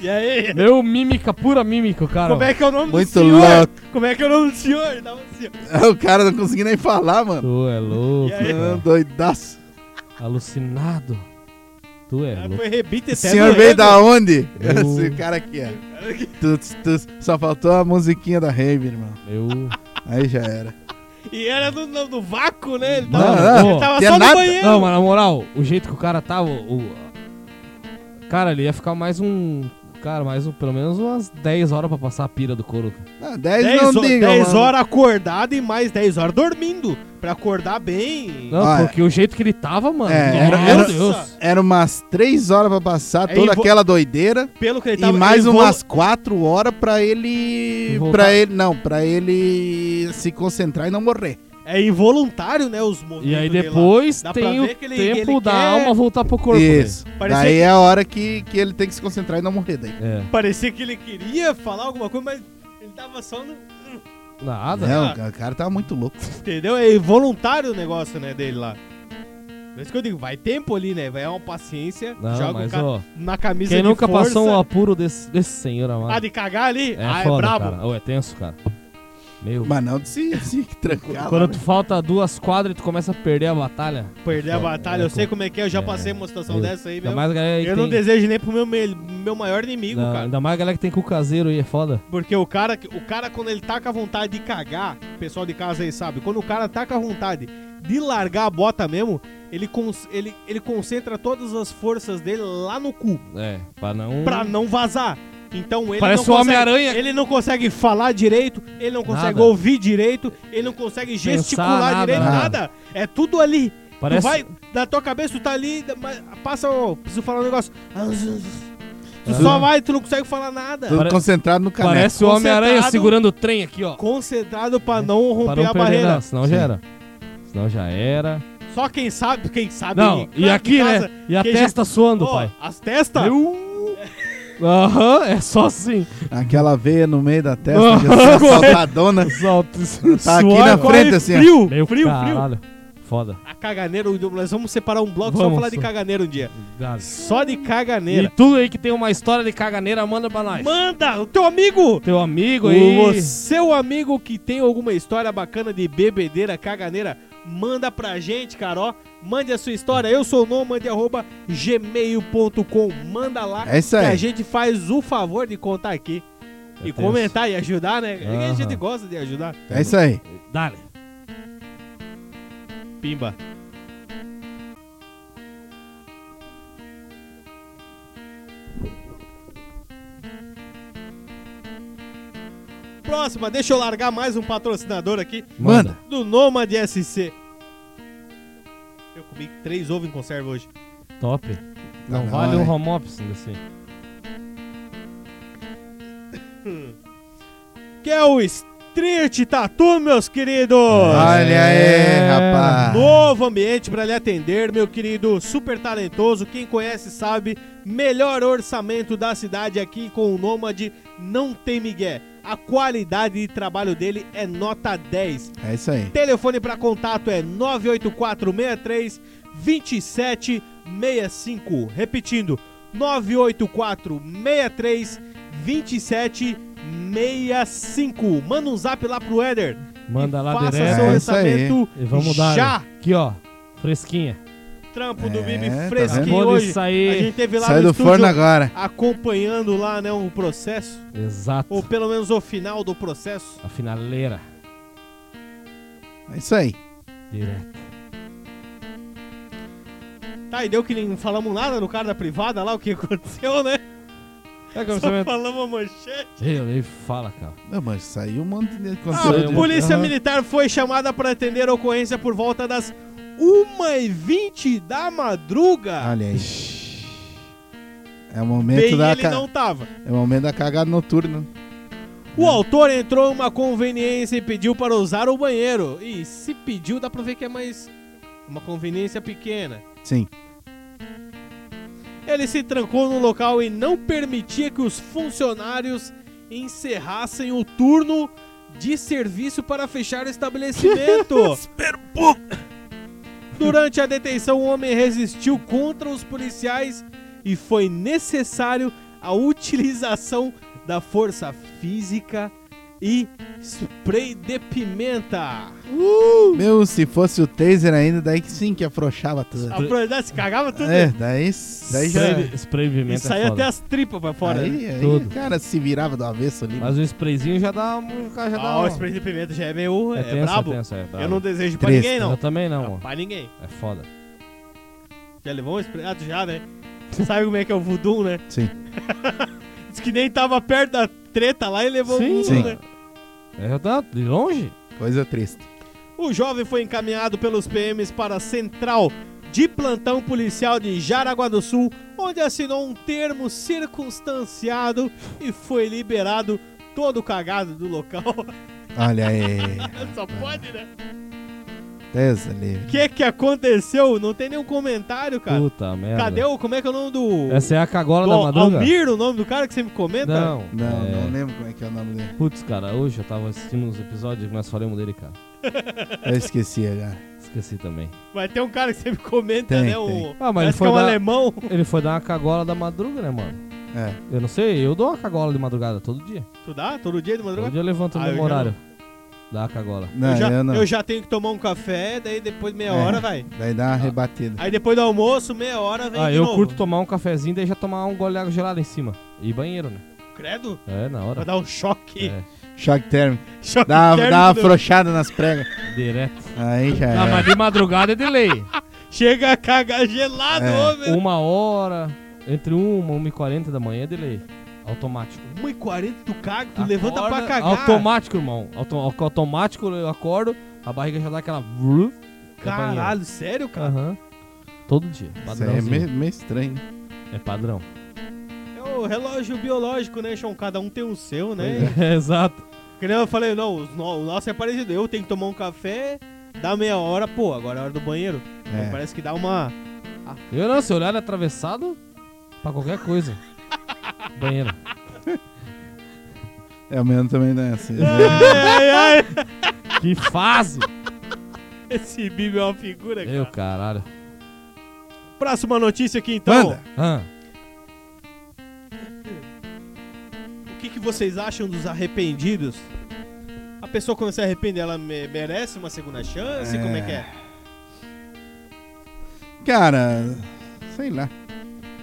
[SPEAKER 1] E aí?
[SPEAKER 3] Meu mímica, pura mímica, o cara.
[SPEAKER 1] Como é que é o nome
[SPEAKER 4] Muito
[SPEAKER 1] do senhor?
[SPEAKER 4] louco.
[SPEAKER 1] Como é que é o nome do senhor? Ele tava assim, ó.
[SPEAKER 4] [LAUGHS] o cara não conseguia nem falar, mano.
[SPEAKER 3] Tu é louco.
[SPEAKER 1] E aí?
[SPEAKER 4] Ah,
[SPEAKER 3] cara.
[SPEAKER 4] Doidaço.
[SPEAKER 3] Alucinado. Tu é
[SPEAKER 1] Aí
[SPEAKER 3] louco.
[SPEAKER 1] Foi rebite
[SPEAKER 4] O senhor
[SPEAKER 1] né,
[SPEAKER 4] veio da onde?
[SPEAKER 3] Eu-
[SPEAKER 4] Esse cara aqui, ó. Tuts, tuts. Só faltou a musiquinha da Rave, irmão.
[SPEAKER 3] Meu.
[SPEAKER 4] Aí já era.
[SPEAKER 1] E era no, no- no vácuo, né? Ele
[SPEAKER 3] Não,
[SPEAKER 1] tava,
[SPEAKER 3] não,
[SPEAKER 1] ele tava
[SPEAKER 4] tinha
[SPEAKER 1] só
[SPEAKER 4] nada.
[SPEAKER 1] no banheiro.
[SPEAKER 3] Não, mas na moral, o jeito que o cara tava. O... Cara, ele ia ficar mais um. Cara, mais um, pelo menos umas 10 horas pra passar a pira do couro. cara.
[SPEAKER 4] Não, 10
[SPEAKER 1] 10,
[SPEAKER 4] Ah, não
[SPEAKER 1] ho-
[SPEAKER 4] diga.
[SPEAKER 1] 10
[SPEAKER 4] mano.
[SPEAKER 1] horas acordado e mais 10 horas dormindo. Pra acordar bem.
[SPEAKER 3] Não,
[SPEAKER 4] Olha.
[SPEAKER 3] porque o jeito que ele tava, mano.
[SPEAKER 4] Ah, É,
[SPEAKER 3] meu
[SPEAKER 4] era- era-
[SPEAKER 3] Deus.
[SPEAKER 4] Era umas 3 horas pra passar
[SPEAKER 1] Aí
[SPEAKER 4] toda
[SPEAKER 1] vo-
[SPEAKER 4] aquela doideira.
[SPEAKER 1] Pelo que ele
[SPEAKER 4] E
[SPEAKER 1] tava é
[SPEAKER 4] mais
[SPEAKER 1] ele
[SPEAKER 4] umas quatro horas pra ele.
[SPEAKER 3] Voltar.
[SPEAKER 4] Pra ele. Não, pra ele se concentrar e não morrer.
[SPEAKER 1] vo- É involuntário, né? Os movimentos
[SPEAKER 3] E aí
[SPEAKER 1] dele lá.
[SPEAKER 3] depois
[SPEAKER 1] Dá pra
[SPEAKER 3] tem o
[SPEAKER 1] ver que ele-
[SPEAKER 3] tempo
[SPEAKER 1] ele
[SPEAKER 3] da
[SPEAKER 1] quer-
[SPEAKER 3] alma voltar pro corpo.
[SPEAKER 4] Isso.
[SPEAKER 1] Parecia
[SPEAKER 4] Daí
[SPEAKER 1] que-
[SPEAKER 4] é a hora que, que ele tem que se concentrar e não morrer daí.
[SPEAKER 3] velho.
[SPEAKER 1] Parecia que ele queria falar alguma coisa, mas ele tava só no.
[SPEAKER 3] É. Nada.
[SPEAKER 4] Não, o cara tava muito louco.
[SPEAKER 1] Entendeu? É involuntário o negócio, né, dele lá. Por isso que eu digo, vai tempo ali, né? Vai uma paciência,
[SPEAKER 3] Não,
[SPEAKER 1] joga o
[SPEAKER 3] mas,
[SPEAKER 1] cara
[SPEAKER 3] ó,
[SPEAKER 1] na camisa
[SPEAKER 3] Quem
[SPEAKER 1] de
[SPEAKER 3] nunca
[SPEAKER 1] força.
[SPEAKER 3] passou um apuro desse, desse senhor, amado?
[SPEAKER 1] Ah, de cagar ali?
[SPEAKER 3] É
[SPEAKER 1] ah,
[SPEAKER 3] foda,
[SPEAKER 1] é brabo.
[SPEAKER 3] cara. Ou é tenso, cara. Meu.
[SPEAKER 4] Mas não de se,
[SPEAKER 1] [LAUGHS]
[SPEAKER 4] se trancar.
[SPEAKER 3] Quando
[SPEAKER 4] lá,
[SPEAKER 3] tu falta duas quadras e tu começa a perder a batalha.
[SPEAKER 1] Perder a
[SPEAKER 3] Foda,
[SPEAKER 1] batalha,
[SPEAKER 3] é
[SPEAKER 1] eu sei
[SPEAKER 3] com-
[SPEAKER 1] como é que é, eu já
[SPEAKER 3] é,
[SPEAKER 1] passei uma situação
[SPEAKER 3] eu-
[SPEAKER 1] dessa aí,
[SPEAKER 3] Ainda
[SPEAKER 1] meu.
[SPEAKER 3] mais a galera que
[SPEAKER 1] Eu
[SPEAKER 3] tem...
[SPEAKER 1] não desejo nem pro meu, me- meu maior inimigo,
[SPEAKER 3] Não,
[SPEAKER 1] cara.
[SPEAKER 3] Ainda mais a galera que tem cu caseiro aí, é foda.
[SPEAKER 1] Porque o cara, que- o cara, quando ele tá com a vontade de cagar, o pessoal de casa aí sabe, quando o cara tá com a vontade de largar a bota mesmo, ele, cons- ele, ele concentra todas as forças dele lá no cu,
[SPEAKER 3] É, pra não...
[SPEAKER 1] pra não vazar. Então ele
[SPEAKER 3] Parece
[SPEAKER 1] não
[SPEAKER 3] o
[SPEAKER 1] consegue-
[SPEAKER 3] Homem-Aranha.
[SPEAKER 1] Ele não consegue falar direito, ele não consegue
[SPEAKER 3] Nada.
[SPEAKER 1] ouvir direito, ele não consegue gesticular
[SPEAKER 3] nada,
[SPEAKER 1] direito,
[SPEAKER 3] nada.
[SPEAKER 1] nada. É tudo ali.
[SPEAKER 3] Parece...
[SPEAKER 1] Tu vai, da tua cabeça, tu tá ali, mas passa, ó, preciso falar um negócio. Tu só vai, tu não consegue falar nada.
[SPEAKER 4] Tudo
[SPEAKER 3] Pare-
[SPEAKER 4] concentrado no caneco.
[SPEAKER 3] Parece o Homem-Aranha
[SPEAKER 1] Concentrado.
[SPEAKER 3] segurando o trem aqui, ó.
[SPEAKER 1] Concentrado pra não
[SPEAKER 3] Pra
[SPEAKER 1] romper
[SPEAKER 3] não
[SPEAKER 1] a
[SPEAKER 3] perder
[SPEAKER 1] barreira.
[SPEAKER 3] nada, senão já
[SPEAKER 4] Sim.
[SPEAKER 3] era. Senão já era.
[SPEAKER 1] Só quem sabe, quem sabe.
[SPEAKER 3] Não, e
[SPEAKER 1] claro,
[SPEAKER 3] aqui,
[SPEAKER 1] em casa,
[SPEAKER 3] né? E a
[SPEAKER 1] que
[SPEAKER 3] testa
[SPEAKER 1] já-
[SPEAKER 3] suando,
[SPEAKER 1] Ó, tá.
[SPEAKER 3] pai.
[SPEAKER 1] As testas?
[SPEAKER 3] Eu- Aham, é
[SPEAKER 4] [LAUGHS]
[SPEAKER 3] só assim.
[SPEAKER 4] Aquela veia no meio da
[SPEAKER 1] [LAUGHS]
[SPEAKER 4] testa, que essa saltadona.
[SPEAKER 3] Solta
[SPEAKER 4] Tá aqui na frente, assim, ó.
[SPEAKER 1] Frio, frio,
[SPEAKER 3] Meu
[SPEAKER 1] frio.
[SPEAKER 3] caralho. Foda.
[SPEAKER 1] A caganeira, nós vamos separar um bloco só
[SPEAKER 3] Vamos,
[SPEAKER 1] falar de
[SPEAKER 3] só.
[SPEAKER 1] caganeira um dia. Só de
[SPEAKER 3] E
[SPEAKER 1] caganeira.
[SPEAKER 3] tu aí que tem uma história de caganeira, manda pra nós.
[SPEAKER 1] Manda, o teu amigo!
[SPEAKER 3] Teu amigo aí.
[SPEAKER 1] O seu amigo que tem alguma história bacana de bebedeira, caganeira, manda pra gente, cara, ó. Mande a sua história. Eu sou o Nomande, arroba gmail.com. Manda lá.
[SPEAKER 4] É isso
[SPEAKER 1] que a
[SPEAKER 4] aí.
[SPEAKER 1] gente faz o favor de contar aqui.
[SPEAKER 3] É
[SPEAKER 1] e
[SPEAKER 3] tenso.
[SPEAKER 1] comentar e ajudar, né? É que A gente
[SPEAKER 3] Aham.
[SPEAKER 1] gosta de ajudar.
[SPEAKER 4] É isso aí.
[SPEAKER 3] Dale.
[SPEAKER 1] Pimba. próxima, deixa eu largar mais um patrocinador aqui
[SPEAKER 4] Manda.
[SPEAKER 1] do Nomad SC. Eu comi três ovos em conserva hoje.
[SPEAKER 3] Top. Não,
[SPEAKER 4] não,
[SPEAKER 3] vale
[SPEAKER 4] né?
[SPEAKER 3] um home office ainda assim.
[SPEAKER 1] Que é o Street Tattoo, meus queridos!
[SPEAKER 4] Olha aí,
[SPEAKER 3] É.
[SPEAKER 4] rapaz.
[SPEAKER 1] Novo ambiente para lhe atender, meu querido super talentoso. Quem conhece sabe, melhor orçamento da cidade aqui com o Nômade não tem migué. A qualidade de trabalho dele é nota 10.
[SPEAKER 4] É isso aí.
[SPEAKER 1] Telefone para contato é 98463 2765. Repetindo, 98463 2765. Manda um zap lá pro Éder.
[SPEAKER 3] Manda
[SPEAKER 1] e
[SPEAKER 3] lá
[SPEAKER 1] faça
[SPEAKER 3] direto.
[SPEAKER 1] seu
[SPEAKER 4] É isso aí.
[SPEAKER 1] orçamento
[SPEAKER 3] E vamos dar.
[SPEAKER 1] já.
[SPEAKER 3] Aqui, ó. Fresquinha.
[SPEAKER 1] Trampo do
[SPEAKER 4] É,
[SPEAKER 1] Bibi
[SPEAKER 4] tá
[SPEAKER 1] fresquinho
[SPEAKER 3] Acabou de
[SPEAKER 1] hoje.
[SPEAKER 3] sair.
[SPEAKER 1] A gente teve lá
[SPEAKER 4] Sai
[SPEAKER 1] no
[SPEAKER 4] do
[SPEAKER 1] estúdio
[SPEAKER 4] forno agora.
[SPEAKER 1] acompanhando lá, né, o processo.
[SPEAKER 3] Exato.
[SPEAKER 1] Ou pelo menos o final do processo.
[SPEAKER 3] A finaleira.
[SPEAKER 4] É isso aí.
[SPEAKER 3] Direto.
[SPEAKER 1] Tá, e deu que nem falamos nada no cara da privada lá, o que [LAUGHS] aconteceu, né?
[SPEAKER 3] É que
[SPEAKER 1] Só falamos a manchete.
[SPEAKER 3] Ele fala, cara.
[SPEAKER 4] Não, mas saiu um monte de
[SPEAKER 1] Ah,
[SPEAKER 4] conteúdo.
[SPEAKER 1] a
[SPEAKER 3] Saiu,
[SPEAKER 1] polícia
[SPEAKER 3] aham.
[SPEAKER 1] militar foi chamada para atender a ocorrência por volta das 1h20 da madruga.
[SPEAKER 4] Olha aí. É o momento,
[SPEAKER 1] Bem,
[SPEAKER 4] Ah, da
[SPEAKER 1] ele
[SPEAKER 4] ca-
[SPEAKER 1] não tava.
[SPEAKER 4] é o momento da cagada noturna.
[SPEAKER 1] O autor entrou em uma conveniência e pediu para usar o banheiro. E se pediu, dá pra ver que é mais uma conveniência pequena.
[SPEAKER 4] Sim.
[SPEAKER 1] Ele se trancou no local e não permitia que os funcionários encerrassem o turno de serviço para fechar o estabelecimento. Durante a detenção, o homem resistiu contra os policiais e foi necessário a utilização da força física e spray de pimenta.
[SPEAKER 4] Meu, se fosse o taser ainda, daí que sim que afrouxava tudo.
[SPEAKER 1] A prioridade se cagava Ah, tudo.
[SPEAKER 4] É, daí, daí já.
[SPEAKER 3] Spray, spray de pimenta
[SPEAKER 1] E
[SPEAKER 3] é
[SPEAKER 1] saía
[SPEAKER 3] foda.
[SPEAKER 1] até assim. as tripas pra fora. né?
[SPEAKER 4] Aí, aí
[SPEAKER 3] Tudo.
[SPEAKER 4] o cara se virava do avesso ali.
[SPEAKER 3] Mas o sprayzinho já dá um. Já dá
[SPEAKER 1] Ah,
[SPEAKER 3] um...
[SPEAKER 1] o spray de pimenta já é meio. É,
[SPEAKER 3] É tenso,
[SPEAKER 1] brabo.
[SPEAKER 3] é tenso, é brabo.
[SPEAKER 1] Eu não desejo pra
[SPEAKER 4] Triste,
[SPEAKER 1] ninguém,
[SPEAKER 3] Eu
[SPEAKER 1] não.
[SPEAKER 3] também não,
[SPEAKER 1] Não,
[SPEAKER 3] mano.
[SPEAKER 1] pra ninguém.
[SPEAKER 3] É foda.
[SPEAKER 1] Já levou um spray? Ah, tu já, né? Você sabe como é que é o voodoo, né?
[SPEAKER 4] Sim.
[SPEAKER 1] Diz que nem tava perto da treta lá e levou um,
[SPEAKER 4] Sim.
[SPEAKER 1] né?
[SPEAKER 3] É, já tá de longe?
[SPEAKER 4] Coisa triste.
[SPEAKER 1] O jovem foi encaminhado pelos PMs para a central de plantão policial de Jaraguá do Sul, onde assinou um termo circunstanciado e foi liberado todo cagado do local. [LAUGHS]
[SPEAKER 4] Olha aí.
[SPEAKER 1] Só pode, né?
[SPEAKER 4] Tesa
[SPEAKER 1] O
[SPEAKER 4] livre.
[SPEAKER 1] que que aconteceu? Não tem nenhum comentário, cara.
[SPEAKER 3] Puta merda.
[SPEAKER 1] Cadê o... Como é que é o nome do...
[SPEAKER 3] Essa é a cagola
[SPEAKER 1] do
[SPEAKER 3] da madruga?
[SPEAKER 1] Almir, né? o nome do cara que sempre comenta?
[SPEAKER 3] Não.
[SPEAKER 4] Não,
[SPEAKER 3] é...
[SPEAKER 4] não lembro como é que é o nome dele.
[SPEAKER 3] Putz, cara, hoje eu tava assistindo uns episódios que nós falamos dele, cara.
[SPEAKER 4] Eu esqueci agora.
[SPEAKER 3] Esqueci também.
[SPEAKER 1] Vai ter um cara que sempre comenta,
[SPEAKER 4] Tem,
[SPEAKER 1] né?
[SPEAKER 4] tem.
[SPEAKER 1] O...
[SPEAKER 3] Ah, mas
[SPEAKER 1] Parece
[SPEAKER 3] ele
[SPEAKER 1] que
[SPEAKER 3] foi
[SPEAKER 1] é um
[SPEAKER 3] dar-
[SPEAKER 1] alemão.
[SPEAKER 3] Ele foi dar uma cagola da madruga, né, mano?
[SPEAKER 4] É.
[SPEAKER 3] Eu não sei, eu dou uma cagola de madrugada todo dia.
[SPEAKER 1] Tu dá? Todo dia de madrugada?
[SPEAKER 3] Todo dia eu levanto
[SPEAKER 1] Ah,
[SPEAKER 3] no
[SPEAKER 1] eu
[SPEAKER 3] mesmo
[SPEAKER 1] já
[SPEAKER 3] horário. Dá a cagola.
[SPEAKER 4] Não,
[SPEAKER 1] eu,
[SPEAKER 4] eu,
[SPEAKER 1] já,
[SPEAKER 4] não.
[SPEAKER 1] eu já tenho que tomar um café, daí depois meia
[SPEAKER 4] É.
[SPEAKER 1] hora vai.
[SPEAKER 4] Daí dá uma rebatida.
[SPEAKER 1] Aí depois do almoço, meia hora vem
[SPEAKER 3] Ah,
[SPEAKER 1] de
[SPEAKER 3] eu
[SPEAKER 1] novo.
[SPEAKER 3] curto tomar um cafezinho daí já tomar um gole de água gelada em cima. E banheiro, né?
[SPEAKER 1] Credo?
[SPEAKER 3] É, na
[SPEAKER 1] Pra
[SPEAKER 3] hora.
[SPEAKER 1] dar um choque.
[SPEAKER 3] É,
[SPEAKER 4] Choque térmico.
[SPEAKER 1] [LAUGHS] Choque
[SPEAKER 4] Dá,
[SPEAKER 1] térmico
[SPEAKER 4] dá uma
[SPEAKER 1] do-
[SPEAKER 4] afrouxada nas pregas.
[SPEAKER 3] direto.
[SPEAKER 4] Aí já
[SPEAKER 3] Ah, mas
[SPEAKER 4] é.
[SPEAKER 3] de madrugada é delay.
[SPEAKER 1] Chega a cagar gelado,
[SPEAKER 4] É.
[SPEAKER 1] homem.
[SPEAKER 3] Uma hora, entre uma, uma e quarenta da manhã é delay. Automático.
[SPEAKER 1] 1h40 tu caga, tu
[SPEAKER 3] Acorda,
[SPEAKER 1] levanta pra cagar.
[SPEAKER 3] Automático, irmão. Auto- au- automático, eu acordo, a barriga já dá aquela. vru, é banheiro.
[SPEAKER 1] Caralho, sério, cara?
[SPEAKER 3] Aham. Todo dia.
[SPEAKER 4] Isso aí é
[SPEAKER 3] Padrãozinho.
[SPEAKER 4] meio, meio estranho. né?
[SPEAKER 3] É padrão.
[SPEAKER 1] É o relógio biológico, né, Sean? Cada um tem o seu, né?
[SPEAKER 3] É, exato.
[SPEAKER 1] Que nem eu falei, não, os no- o nosso é parecido. Eu tenho que tomar um café, dá meia hora, pô, agora é a hora do banheiro. Então
[SPEAKER 4] É.
[SPEAKER 1] Parece que dá uma...
[SPEAKER 3] Eu não, se olhar ele é atravessado, pra qualquer coisa. Banheiro.
[SPEAKER 4] É o mesmo também não é assim.
[SPEAKER 1] [LAUGHS] ai, ai, ai.
[SPEAKER 3] Que fase!
[SPEAKER 1] Esse Bibi é uma figura, cara.
[SPEAKER 3] Meu caralho.
[SPEAKER 1] Próxima notícia aqui, então.
[SPEAKER 4] Manda.
[SPEAKER 3] Ah,
[SPEAKER 1] O que, que vocês acham dos arrependidos? A pessoa quando se arrepende, ela me- merece uma segunda chance?
[SPEAKER 4] É.
[SPEAKER 1] Como é que é?
[SPEAKER 4] Cara, sei lá.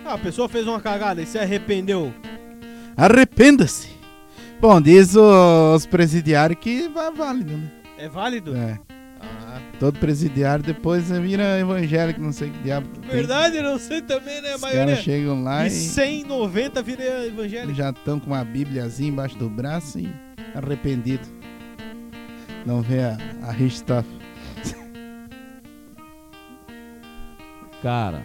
[SPEAKER 1] Ah, a pessoa fez uma cagada e se arrependeu.
[SPEAKER 4] Arrependa-se. Bom, diz o- os presidiários que vai válido, né?
[SPEAKER 1] É válido?
[SPEAKER 4] É.
[SPEAKER 1] Ah,
[SPEAKER 4] Todo presidiário depois vira evangélico, não sei que diabo. que tem.
[SPEAKER 1] verdade, não sei também, né? A
[SPEAKER 4] Os caras
[SPEAKER 1] maioria. é
[SPEAKER 4] chegam lá
[SPEAKER 1] E
[SPEAKER 4] e
[SPEAKER 1] 190 vira evangélico.
[SPEAKER 4] já estão com uma bibliazinha embaixo do braço e arrependido. Não vê a, a Ristaff.
[SPEAKER 3] Cara,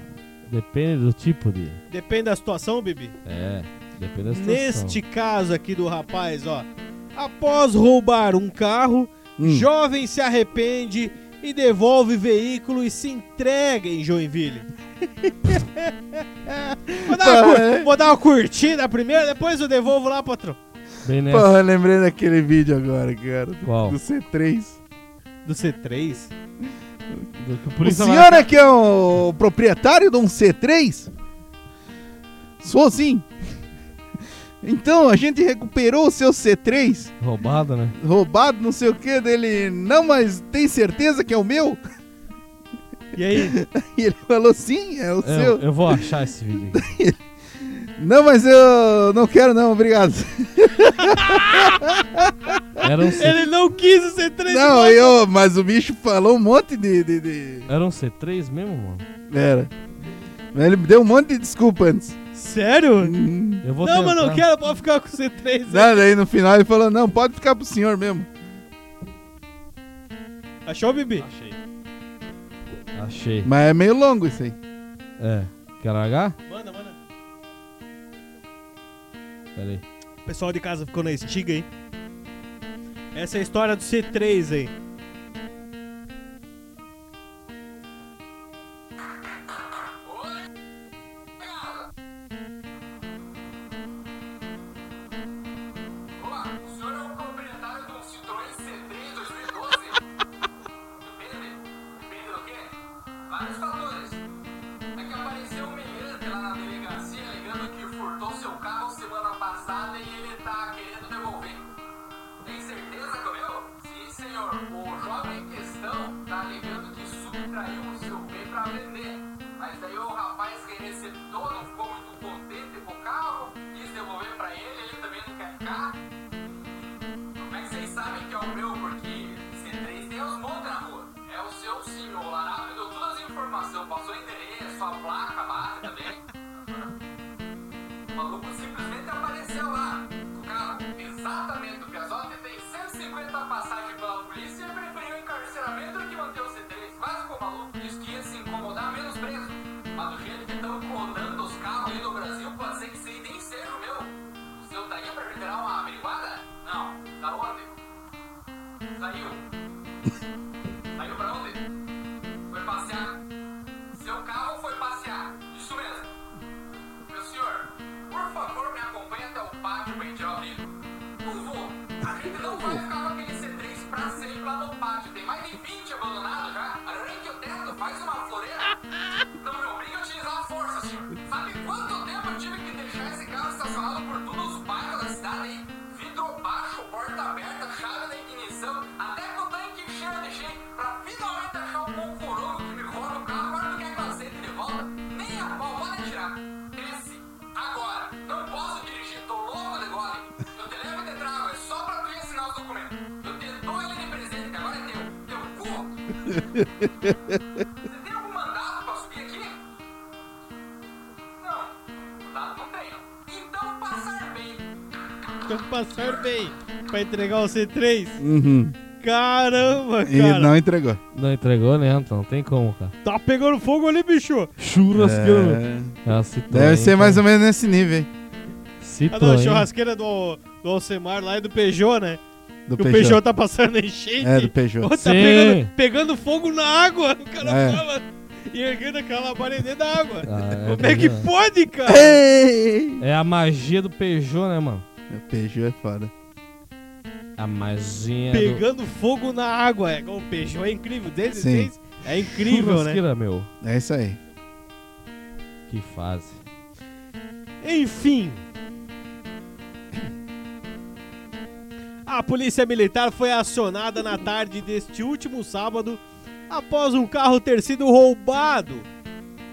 [SPEAKER 3] depende do tipo de.
[SPEAKER 1] Depende da situação, Bibi.
[SPEAKER 3] É, depende da situação.
[SPEAKER 1] Neste caso aqui do rapaz, ó. Após roubar um carro,
[SPEAKER 4] Hum.
[SPEAKER 1] jovem se arrepende e devolve veículo e se entrega em
[SPEAKER 4] [LAUGHS]
[SPEAKER 1] Joinville. vou, dar uma, cur- vou dar uma curtida primeiro, depois eu devolvo lá, patrão.
[SPEAKER 3] Bem nessa.
[SPEAKER 4] Porra, eu lembrei daquele vídeo agora, cara. do-
[SPEAKER 3] É. Qual?
[SPEAKER 4] Do C3.
[SPEAKER 1] Do C3.
[SPEAKER 3] O
[SPEAKER 4] O
[SPEAKER 3] polícia vai-
[SPEAKER 4] senhor é que é o proprietário de um C3? Sou sim. Então, a gente recuperou o seu C3,
[SPEAKER 3] Roubado, né?
[SPEAKER 4] roubado, não sei o que, dele. Não, mas tem certeza que é o meu? [LAUGHS]
[SPEAKER 1] E aí?
[SPEAKER 4] E ele falou, sim, é o seu.
[SPEAKER 3] Eu, eu vou achar esse vídeo aqui.
[SPEAKER 4] Não, mas eu não quero não,
[SPEAKER 3] [LAUGHS]
[SPEAKER 4] obrigado.
[SPEAKER 3] Era um, C...
[SPEAKER 1] Ele não quis o C3.
[SPEAKER 4] Não, eu, mas o bicho falou um monte de... de, de...
[SPEAKER 3] Era um C3 mesmo, mano?
[SPEAKER 4] Era. Mas ele me deu um monte de desculpa antes.
[SPEAKER 1] Sério?
[SPEAKER 4] Hum.
[SPEAKER 3] Eu vou
[SPEAKER 1] não, mas não
[SPEAKER 3] tentar.
[SPEAKER 1] quero, pode ficar com o C3. aí.
[SPEAKER 4] Não, Né, daí no final ele falou, não, pode ficar pro senhor mesmo.
[SPEAKER 1] Achou, Bibi?
[SPEAKER 3] Achei. Achei.
[SPEAKER 4] Mas é meio longo isso aí.
[SPEAKER 3] É. Quer largar?
[SPEAKER 1] Ah, Manda, manda.
[SPEAKER 3] Pera aí.
[SPEAKER 1] O pessoal de casa ficou na estiga, hein? Essa é a história do C3 aí.
[SPEAKER 5] Olá, o senhor é o proprietário de um Citroën C3 2012? Depende. Depende do quê? Vários fatores. É que apareceu um migrante lá na delegacia alegando que furtou seu carro semana passada e ele tá querendo devolver. Tem certeza que é o meu? Sim, senhor. O jovem em questão tá alegando que subtraiu o seu bem pra vender. Mas daí o rapaz que receptor não ficou muito contente com o carro, quis devolver pra ele, ele também não quer ficar. Mas vocês sabem que é o meu, porque C3 tem os montes na rua. É o seu senhor lá na me deu todas as informações, passou o endereço, a placa, a barra também. O maluco simplesmente apareceu lá. O carro, exatamente, o Piazotti tem 150 passagens pela polícia e preferiu encarceramento do que manter o C3. Mas o maluco disse que ia se incomodar menos preso. Mas do jeito que estão clonando os carros aí no Brasil, pode ser que isso aí nem seja o meu. O seu daria pra liberar uma averiguada? Não, da onde? Saiu. Saiu pra onde? Foi passear. Seu carro foi passear. Isso mesmo. Meu senhor, por favor, me acompanhe até o pátio pra gente abrir. Não vou. A gente não vai ficar com aquele C3 pra sempre lá no pátio. Tem mais de 20 abandonados já. Arranque o teto, faz uma floreira. Não me obriga a Então utilizar a força, senhor. Sabe quanto tempo eu tive que deixar esse carro estacionado por todos os bairros da cidade aí? Vidro baixo, porta aberta, chave da ignição, até com o tanque cheio eu deixei pra finalmente achar o bom corongo que me rouba o carro, agora não quer cacete de volta. Nem a pau, pode tirar. Desce, agora. Não posso dirigir, tô louco de gole. Eu te levo e te trago, é só pra tu ir assinar os documentos. Eu te dou ele de presente, que agora é teu. Teu cu. Você tem algum mandato pra subir aqui? Não, mandato não tenho. Então passar bem.
[SPEAKER 1] Então passaram bem pra entregar o C3.
[SPEAKER 4] Uhum.
[SPEAKER 1] Caramba,
[SPEAKER 4] E
[SPEAKER 1] cara.
[SPEAKER 4] não entregou.
[SPEAKER 3] Não entregou, né, Anton? Não tem como, cara.
[SPEAKER 1] Tá pegando fogo ali, bicho.
[SPEAKER 3] Churrasqueiro.
[SPEAKER 4] É,
[SPEAKER 3] É. uma Citroën,
[SPEAKER 4] Deve ser mais um ou
[SPEAKER 3] cara.
[SPEAKER 4] menos nesse nível, hein?
[SPEAKER 1] A É da
[SPEAKER 3] Citroën.
[SPEAKER 1] churrasqueira do, do Alcemar lá e do Peugeot, né?
[SPEAKER 4] Do
[SPEAKER 1] Que o Peugeot tá passando enchente.
[SPEAKER 4] É, do
[SPEAKER 1] Ó,
[SPEAKER 4] Peugeot.
[SPEAKER 1] tá
[SPEAKER 3] Sim.
[SPEAKER 1] pegando, pegando fogo na água. O cara
[SPEAKER 4] É. Tá
[SPEAKER 1] fala e erguendo aquela labareda dentro da água.
[SPEAKER 3] Ah, é
[SPEAKER 1] Como é que
[SPEAKER 3] verdade.
[SPEAKER 1] pode, cara?
[SPEAKER 4] Ei!
[SPEAKER 3] É a magia do Peugeot, né, mano?
[SPEAKER 4] O Peugeot é foda.
[SPEAKER 3] A magia do...
[SPEAKER 1] Pegando fogo na água. É, o Peugeot é incrível. Desde
[SPEAKER 4] Sim.
[SPEAKER 1] desde- é incrível, né?
[SPEAKER 3] Churrasqueira, meu.
[SPEAKER 4] É isso aí.
[SPEAKER 3] Que fase.
[SPEAKER 1] Enfim. A polícia militar foi acionada na tarde deste último sábado após um carro ter sido roubado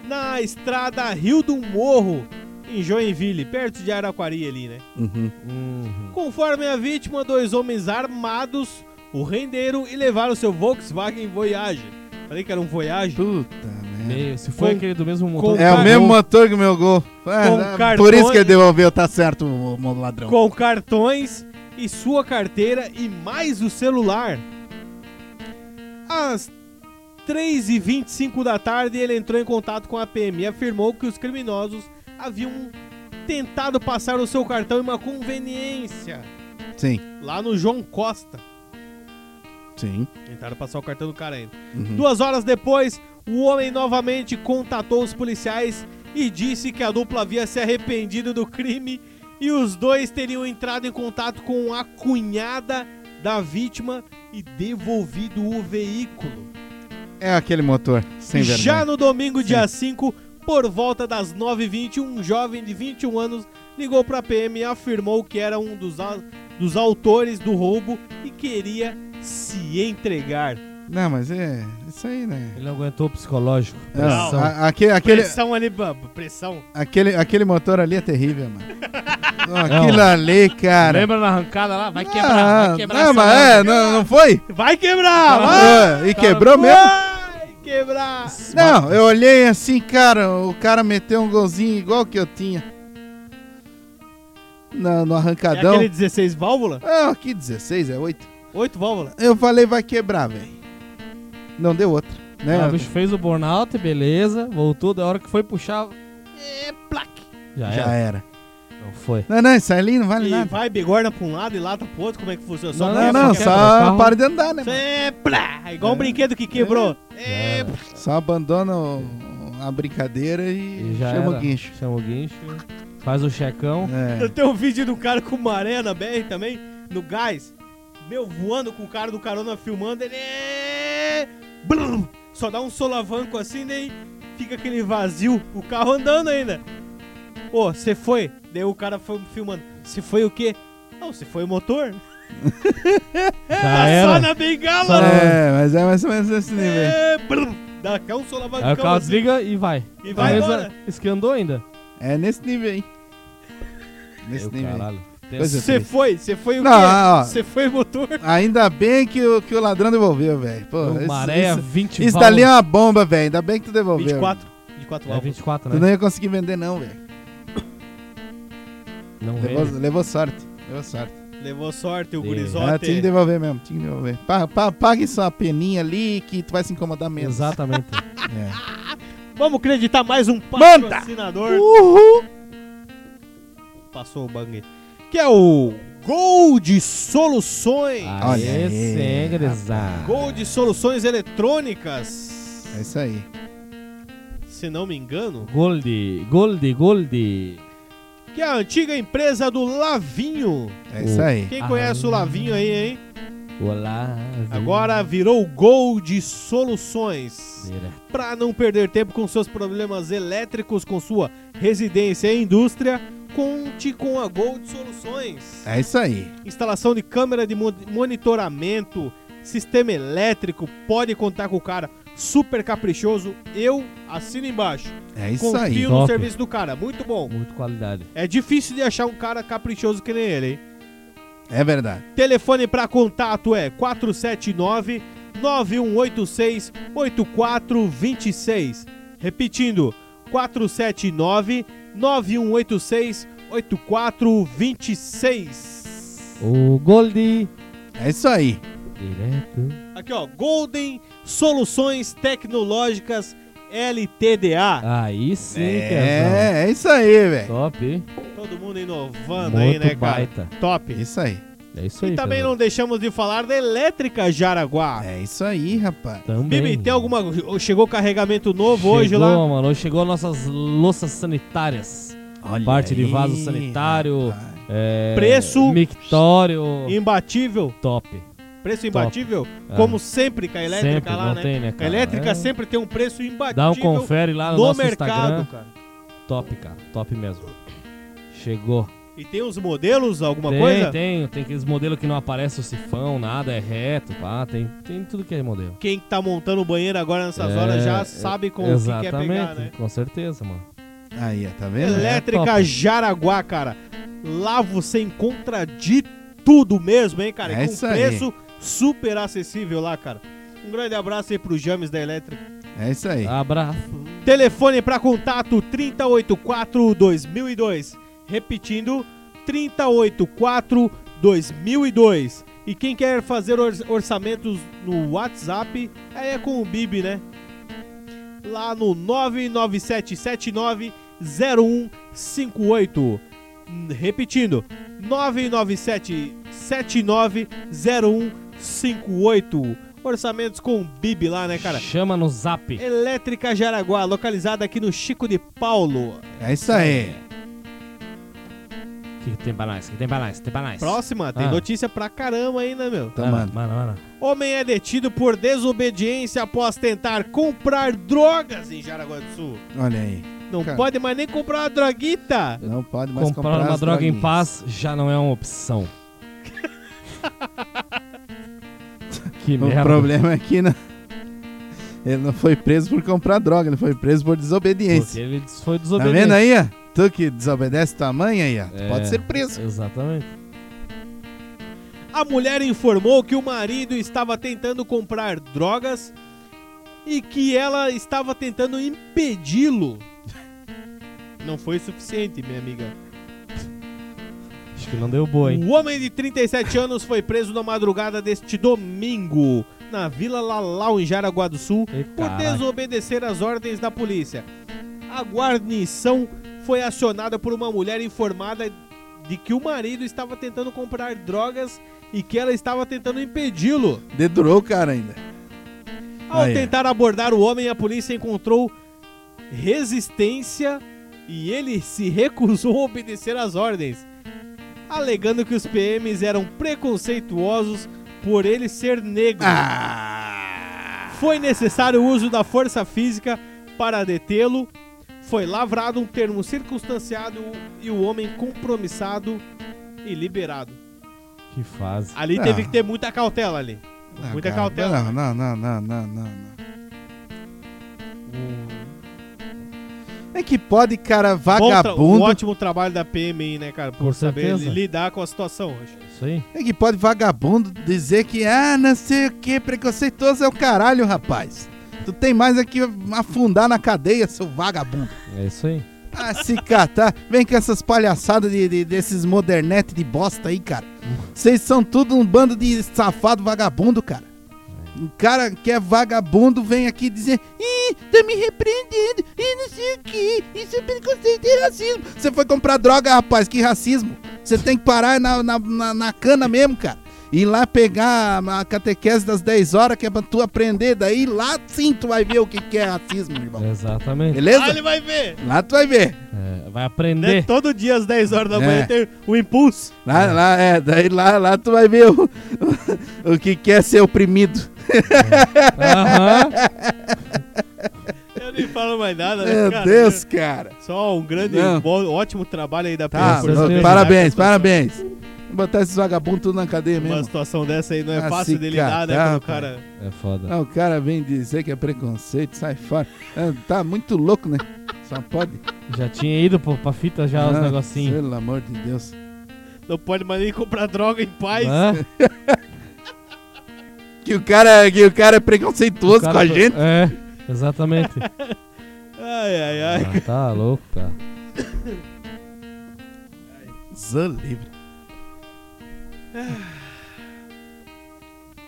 [SPEAKER 1] na estrada Rio do Morro, em Joinville, perto de Araquari ali, né?
[SPEAKER 4] Uhum.
[SPEAKER 3] Uhum.
[SPEAKER 1] Conforme a vítima, dois homens armados o renderam e levaram seu Volkswagen Voyage. Falei que era um Voyage?
[SPEAKER 4] Puta merda.
[SPEAKER 3] Meio. Se foi
[SPEAKER 1] Com-
[SPEAKER 3] aquele do mesmo motor...
[SPEAKER 1] com
[SPEAKER 3] que
[SPEAKER 4] né? É o
[SPEAKER 1] Cargol.
[SPEAKER 4] mesmo motor que o meu gol. Ah,
[SPEAKER 1] Com
[SPEAKER 4] ah,
[SPEAKER 1] cartões.
[SPEAKER 4] por isso que ele devolveu, tá certo, o, o ladrão.
[SPEAKER 1] Com cartões e sua carteira e mais o celular. Às 3h25 da tarde, ele entrou em contato com a PM e afirmou que os criminosos haviam tentado passar o seu cartão em uma conveniência
[SPEAKER 4] Sim,
[SPEAKER 1] lá no João Costa.
[SPEAKER 4] sim.
[SPEAKER 1] Tentaram passar o cartão do cara ainda.
[SPEAKER 4] Uhum.
[SPEAKER 1] Duas horas depois, o homem novamente contatou os policiais e disse que a dupla havia se arrependido do crime e os dois teriam entrado em contato com a cunhada da vítima e devolvido o veículo.
[SPEAKER 4] É aquele motor, sem vergonha.
[SPEAKER 1] Já no domingo, dia 5, por volta das 9h20, um jovem de 21 anos ligou para a PM e afirmou que era um dos, au- dos autores do roubo e queria se entregar.
[SPEAKER 4] Não, mas é isso aí, né?
[SPEAKER 3] Ele não aguentou o psicológico.
[SPEAKER 4] Ah,
[SPEAKER 3] pressão.
[SPEAKER 4] a- aque- aquele,
[SPEAKER 1] Pressão ali, bamba, pressão.
[SPEAKER 4] aquele, aquele motor ali é terrível, mano. Não, Aquilo ali, cara.
[SPEAKER 3] Lembra na arrancada lá? Vai
[SPEAKER 4] Ah,
[SPEAKER 3] quebrar, vai quebrar.
[SPEAKER 4] Não,
[SPEAKER 3] essa
[SPEAKER 4] mas
[SPEAKER 3] lâmpada.
[SPEAKER 4] é, não, não foi?
[SPEAKER 1] Vai quebrar! Vai!
[SPEAKER 4] Ah, e quebrou mesmo?
[SPEAKER 1] Vai quebrar! É
[SPEAKER 4] Não, eu olhei assim, cara, o cara meteu um golzinho igual que eu tinha. Na- no
[SPEAKER 1] É
[SPEAKER 4] arrancadão.
[SPEAKER 1] aquele 16 válvula?
[SPEAKER 4] Ah, aqui 16, é 8.
[SPEAKER 1] 8 válvula?
[SPEAKER 4] Eu falei, vai quebrar, velho. Não deu outra, né?
[SPEAKER 3] Ah, o bicho fez o burnout, beleza. Voltou da hora que foi puxar.
[SPEAKER 1] É, plaque!
[SPEAKER 3] Já,
[SPEAKER 4] Já é.
[SPEAKER 3] era.
[SPEAKER 4] era.
[SPEAKER 3] Não foi.
[SPEAKER 4] Não, não, isso ali Ah, não vale
[SPEAKER 1] E
[SPEAKER 4] nada.
[SPEAKER 1] vai bigorna pra um lado e lata pro outro, como é que funciona?
[SPEAKER 3] Não,
[SPEAKER 4] Não,
[SPEAKER 1] quebra,
[SPEAKER 4] não,
[SPEAKER 1] quebra.
[SPEAKER 3] quebra
[SPEAKER 4] só
[SPEAKER 3] o carro.
[SPEAKER 4] para de andar, né?
[SPEAKER 1] Isso
[SPEAKER 4] mano?
[SPEAKER 1] é plá! Igual um brinquedo que quebrou. É, plá.
[SPEAKER 4] Só abandona o- a brincadeira e,
[SPEAKER 3] E já
[SPEAKER 4] chama
[SPEAKER 3] era.
[SPEAKER 4] o guincho.
[SPEAKER 3] Chama o guincho. Faz o checão.
[SPEAKER 1] [LAUGHS]
[SPEAKER 4] É.
[SPEAKER 1] Eu tenho um vídeo do cara com maré na BR também, no gás. Meu, voando com o cara do carona filmando, ele é... Blum! Só dá um solavanco assim, daí fica aquele vazio, o carro andando ainda. Ô, você foi? Daí o cara foi filmando. Se foi o quê? Não, se foi o motor.
[SPEAKER 3] Já
[SPEAKER 1] Tá [LAUGHS] só
[SPEAKER 3] era.
[SPEAKER 1] na bengala.
[SPEAKER 3] É, Só na-
[SPEAKER 4] É, mas é mais ou menos esse nível. aí.
[SPEAKER 1] É, blum! Dá até um solavancão
[SPEAKER 3] Aí É o carro
[SPEAKER 1] assim,
[SPEAKER 3] desliga e vai.
[SPEAKER 1] e vai
[SPEAKER 3] Mas,
[SPEAKER 1] embora.
[SPEAKER 3] ah, Escandou ainda.
[SPEAKER 4] É nesse nível aí. Nesse
[SPEAKER 3] Meu
[SPEAKER 4] nível. aí.
[SPEAKER 3] caralho.
[SPEAKER 4] Pois é.
[SPEAKER 1] Você foi? Você foi o
[SPEAKER 4] Não, ó.
[SPEAKER 1] quê? Você foi o motor?
[SPEAKER 4] Ainda bem que o, que o ladrão devolveu, velho. Pô,
[SPEAKER 3] Uma
[SPEAKER 4] isso-
[SPEAKER 3] maré
[SPEAKER 4] isso,
[SPEAKER 3] 20
[SPEAKER 4] isso
[SPEAKER 3] válvulas.
[SPEAKER 4] dali é uma bomba, velho. Ainda bem que tu devolveu.
[SPEAKER 1] 24. 24
[SPEAKER 3] É
[SPEAKER 1] válvulas.
[SPEAKER 3] 24,
[SPEAKER 4] Tu
[SPEAKER 3] né?
[SPEAKER 4] não ia conseguir vender, não, velho.
[SPEAKER 3] Não
[SPEAKER 4] Levou,
[SPEAKER 3] vende.
[SPEAKER 4] levou sorte. Levou sorte.
[SPEAKER 1] Levou sorte o
[SPEAKER 3] Sim.
[SPEAKER 1] gurizote.
[SPEAKER 4] Ah, tinha que devolver mesmo, tinha que devolver. Pa, pa, pague sua peninha ali que tu vai se incomodar mesmo.
[SPEAKER 3] Exatamente.
[SPEAKER 4] É.
[SPEAKER 1] Vamos acreditar mais um
[SPEAKER 4] Manda!
[SPEAKER 1] patrocinador.
[SPEAKER 4] Uhul!
[SPEAKER 1] Passou o bang. Que é o Gold Soluções.
[SPEAKER 4] [LAUGHS] Olha
[SPEAKER 3] Aê,
[SPEAKER 4] aí,
[SPEAKER 3] sem
[SPEAKER 4] rapaz.
[SPEAKER 3] grisar.
[SPEAKER 1] Gold Soluções Eletrônicas.
[SPEAKER 4] É isso aí.
[SPEAKER 1] Se não me engano.
[SPEAKER 3] Gold, gold, gold.
[SPEAKER 1] Que é a antiga empresa do Lavinho.
[SPEAKER 4] É isso aí.
[SPEAKER 1] Quem
[SPEAKER 3] Ah.
[SPEAKER 1] conhece o Lavinho aí, hein?
[SPEAKER 3] Olá. vida.
[SPEAKER 1] Agora virou Gold Soluções.
[SPEAKER 3] Vira.
[SPEAKER 1] Para não perder tempo com seus problemas elétricos com sua residência e indústria, conte com a Gold Soluções.
[SPEAKER 4] É isso aí.
[SPEAKER 1] instalação de câmera de mon- monitoramento, sistema elétrico, pode contar com o cara. Super caprichoso, eu assino embaixo.
[SPEAKER 4] É isso
[SPEAKER 1] Confio
[SPEAKER 4] aí.
[SPEAKER 1] no
[SPEAKER 3] Top.
[SPEAKER 1] serviço do cara, muito bom.
[SPEAKER 3] Muito qualidade.
[SPEAKER 1] É difícil de achar um cara caprichoso que nem ele, hein?
[SPEAKER 4] É verdade.
[SPEAKER 1] Telefone para contato é 479 9186 8426. Repetindo, 479 9186 8426.
[SPEAKER 3] O Gold.
[SPEAKER 4] É isso aí.
[SPEAKER 3] Direto.
[SPEAKER 1] Aqui, ó, Golden Soluções Tecnológicas LTDA.
[SPEAKER 3] Aí sim,
[SPEAKER 4] É,
[SPEAKER 3] é.
[SPEAKER 4] é isso aí, velho.
[SPEAKER 3] Top.
[SPEAKER 1] Todo mundo inovando
[SPEAKER 3] Muito
[SPEAKER 1] aí, né, cara?
[SPEAKER 3] baita.
[SPEAKER 1] Top.
[SPEAKER 4] Isso aí.
[SPEAKER 3] É isso aí.
[SPEAKER 1] E também
[SPEAKER 3] pessoal.
[SPEAKER 1] não deixamos de falar da Elétrica Jaraguá.
[SPEAKER 4] É isso aí, rapaz.
[SPEAKER 3] Também.
[SPEAKER 1] Bibi, tem alguma. oh, Chegou carregamento novo
[SPEAKER 3] Chegou,
[SPEAKER 1] hoje lá?
[SPEAKER 3] mano. Chegou nossas louças sanitárias.
[SPEAKER 4] Olha
[SPEAKER 3] Parte de vaso
[SPEAKER 4] aí,
[SPEAKER 3] sanitário.
[SPEAKER 4] rapaz.
[SPEAKER 3] É,
[SPEAKER 1] Preço.
[SPEAKER 3] Mictório.
[SPEAKER 1] Imbatível.
[SPEAKER 3] Top.
[SPEAKER 1] Preço imbatível.
[SPEAKER 3] Ah.
[SPEAKER 1] Como sempre com a elétrica
[SPEAKER 3] Sempre,
[SPEAKER 1] lá,
[SPEAKER 3] não
[SPEAKER 1] né?
[SPEAKER 3] tem, né,
[SPEAKER 1] a
[SPEAKER 3] cara?
[SPEAKER 1] elétrica
[SPEAKER 3] É.
[SPEAKER 1] sempre tem um preço imbatível
[SPEAKER 3] Dá um confere lá no,
[SPEAKER 1] no
[SPEAKER 3] nosso
[SPEAKER 1] mercado,
[SPEAKER 3] Instagram.
[SPEAKER 1] cara.
[SPEAKER 3] Top, cara. Top mesmo. Chegou.
[SPEAKER 1] E tem os modelos, alguma
[SPEAKER 3] tem,
[SPEAKER 1] coisa?
[SPEAKER 3] tem. Tem aqueles modelos que não aparece o sifão, nada, é reto, pá. Tem, tem tudo que é modelo.
[SPEAKER 1] Quem tá montando o banheiro agora nessas
[SPEAKER 3] É,
[SPEAKER 1] horas já
[SPEAKER 3] é,
[SPEAKER 1] sabe com o que
[SPEAKER 3] Exatamente,
[SPEAKER 1] quer pegar, né?
[SPEAKER 3] com certeza, mano.
[SPEAKER 4] Aí, ó, tá vendo?
[SPEAKER 1] Elétrica
[SPEAKER 3] top.
[SPEAKER 1] Jaraguá, cara. Lá você encontra de tudo mesmo, hein, cara?
[SPEAKER 4] É
[SPEAKER 1] E com
[SPEAKER 4] isso aí.
[SPEAKER 1] preço super acessível lá, cara. Um grande abraço aí pro James da Elétrica.
[SPEAKER 4] É isso aí.
[SPEAKER 3] Abraço.
[SPEAKER 1] Telefone para contato 384 2002. Repetindo, 384 2002. E quem quer fazer or- orçamentos no WhatsApp, aí é com o Bibi, né? Lá no 997790158. Hum, um Repetindo, 997790158. Orçamentos com o Bibi lá, né, cara?
[SPEAKER 3] Chama no zap.
[SPEAKER 1] Elétrica Jaraguá, localizada aqui no Chico de Paulo.
[SPEAKER 4] É isso aí.
[SPEAKER 3] O que tem pra nós? O que tem pra nós? O que Tem pra nós.
[SPEAKER 1] Próxima, tem
[SPEAKER 3] Ah.
[SPEAKER 1] notícia pra caramba aí, né, meu?
[SPEAKER 4] Então, mano.
[SPEAKER 3] Mano, mano.
[SPEAKER 1] Homem é detido por desobediência após tentar comprar drogas em Jaraguá do Sul.
[SPEAKER 4] Olha aí.
[SPEAKER 1] Não
[SPEAKER 4] Cara.
[SPEAKER 1] pode mais nem comprar uma droguita.
[SPEAKER 4] Não pode mais
[SPEAKER 3] comprar,
[SPEAKER 4] comprar
[SPEAKER 3] uma
[SPEAKER 4] as
[SPEAKER 3] droga em
[SPEAKER 4] droguinhas.
[SPEAKER 3] paz já não é
[SPEAKER 1] [LAUGHS]
[SPEAKER 3] uma opção. que
[SPEAKER 4] O
[SPEAKER 3] merda.
[SPEAKER 4] problema é que não- ele não foi preso por comprar droga, ele foi preso por
[SPEAKER 3] Porque
[SPEAKER 4] desobediência.
[SPEAKER 3] ele des- foi
[SPEAKER 4] Tá
[SPEAKER 3] desobediente.
[SPEAKER 4] vendo aí, ó? Tu que desobedece tua mãe aí, ó. Tu
[SPEAKER 3] É.
[SPEAKER 4] pode ser preso.
[SPEAKER 3] Exatamente.
[SPEAKER 1] A mulher informou que o marido estava tentando comprar drogas e que ela estava tentando impedi-lo. [LAUGHS] Não foi suficiente, minha amiga.
[SPEAKER 3] Acho que não deu boa, hein?
[SPEAKER 1] O homem de 37 anos foi preso na madrugada deste domingo na Vila Lalau, em Jaraguá do Sul,
[SPEAKER 3] Ei,
[SPEAKER 1] por
[SPEAKER 3] caralho.
[SPEAKER 1] desobedecer às ordens da polícia. A guarnição foi acionada por uma mulher informada de que o marido estava tentando comprar drogas e que ela estava tentando impedi-lo.
[SPEAKER 4] Dedurou o cara ainda.
[SPEAKER 1] Ao
[SPEAKER 4] Aí, ó.
[SPEAKER 1] tentar abordar o homem, a polícia encontrou resistência e ele se recusou a obedecer às ordens, alegando que os PMs eram preconceituosos por ele ser negro.
[SPEAKER 4] Ah.
[SPEAKER 1] Foi necessário o uso da força física para detê-lo. Foi lavrado um termo circunstanciado e o homem compromissado e liberado.
[SPEAKER 3] Que fase.
[SPEAKER 1] Ali
[SPEAKER 4] Ah.
[SPEAKER 1] teve que ter muita cautela ali.
[SPEAKER 4] Não,
[SPEAKER 1] muita
[SPEAKER 4] Ah, cara,
[SPEAKER 1] cautela. né?
[SPEAKER 4] Não, não, não, não, não, não, não. É que pode, cara,
[SPEAKER 1] Bom tra- um
[SPEAKER 4] vagabundo.
[SPEAKER 1] ótimo trabalho da PM aí, né, cara? Por
[SPEAKER 3] Com
[SPEAKER 1] saber
[SPEAKER 3] certeza.
[SPEAKER 1] lidar com a situação. acho.
[SPEAKER 3] Isso aí.
[SPEAKER 4] É que pode vagabundo dizer que, ah, não sei o que, preconceituoso é o caralho, rapaz. Tu tem mais aqui afundar na cadeia, seu vagabundo.
[SPEAKER 3] É isso aí.
[SPEAKER 4] Ah, se catar. Vem com essas palhaçadas de, de- desses modernete de bosta aí, cara. Vocês são tudo um bando de safado vagabundo, cara. Um cara que é vagabundo vem aqui dizer Ih, tá me repreendendo, e não sei o que, isso é preconceito e racismo. Você foi comprar droga, rapaz, que racismo. Você tem que parar na, na, na, na cana mesmo, cara. Ir lá pegar a catequese das 10 horas que é pra tu aprender, daí lá sim tu vai ver o que, que é racismo, irmão.
[SPEAKER 3] Exatamente.
[SPEAKER 1] Ah,
[SPEAKER 4] Beleza?
[SPEAKER 1] ele vai ver!
[SPEAKER 4] Lá tu vai ver.
[SPEAKER 3] É, vai
[SPEAKER 1] Né?
[SPEAKER 3] aprender.
[SPEAKER 1] Todo dia às 10 horas da
[SPEAKER 4] É.
[SPEAKER 1] manhã tem o impulso.
[SPEAKER 4] Lá, lá, é, daí lá, lá tu vai ver o, [LAUGHS] o que quer ser oprimido.
[SPEAKER 3] Aham.
[SPEAKER 1] Eu nem falo mais nada, né,
[SPEAKER 4] Meu
[SPEAKER 1] cara?
[SPEAKER 4] Deus, cara.
[SPEAKER 1] Só um grande,
[SPEAKER 4] Não.
[SPEAKER 1] bom- ótimo trabalho aí da
[SPEAKER 4] Tá,
[SPEAKER 1] PM. por saber
[SPEAKER 3] certeza.
[SPEAKER 1] lidar
[SPEAKER 4] parabéns,
[SPEAKER 1] com a situação.
[SPEAKER 4] parabéns. Vou botar esses vagabundos tudo na cadeia
[SPEAKER 1] Uma
[SPEAKER 4] mesmo.
[SPEAKER 1] situação dessa aí não é
[SPEAKER 4] Ah,
[SPEAKER 1] fácil
[SPEAKER 4] se
[SPEAKER 1] de lidar, né?
[SPEAKER 4] catar,
[SPEAKER 1] Quando o cara...
[SPEAKER 3] É foda.
[SPEAKER 4] Ah, o cara vem dizer que é preconceito, sai fora. Ah, Tá muito louco, né? Só pode.
[SPEAKER 3] Já tinha ido pô, pra fita já os
[SPEAKER 4] Ah,
[SPEAKER 3] negocinhos.
[SPEAKER 4] Pelo amor de Deus.
[SPEAKER 1] Não pode mais nem comprar droga em paz.
[SPEAKER 3] Hã?
[SPEAKER 4] Que o cara, que o cara é preconceituoso
[SPEAKER 3] O cara
[SPEAKER 4] com a
[SPEAKER 3] tá-
[SPEAKER 4] gente.
[SPEAKER 3] É, exatamente.
[SPEAKER 1] Ai, ai, ai.
[SPEAKER 3] Ah, tá louco, cara.
[SPEAKER 4] Zã livre.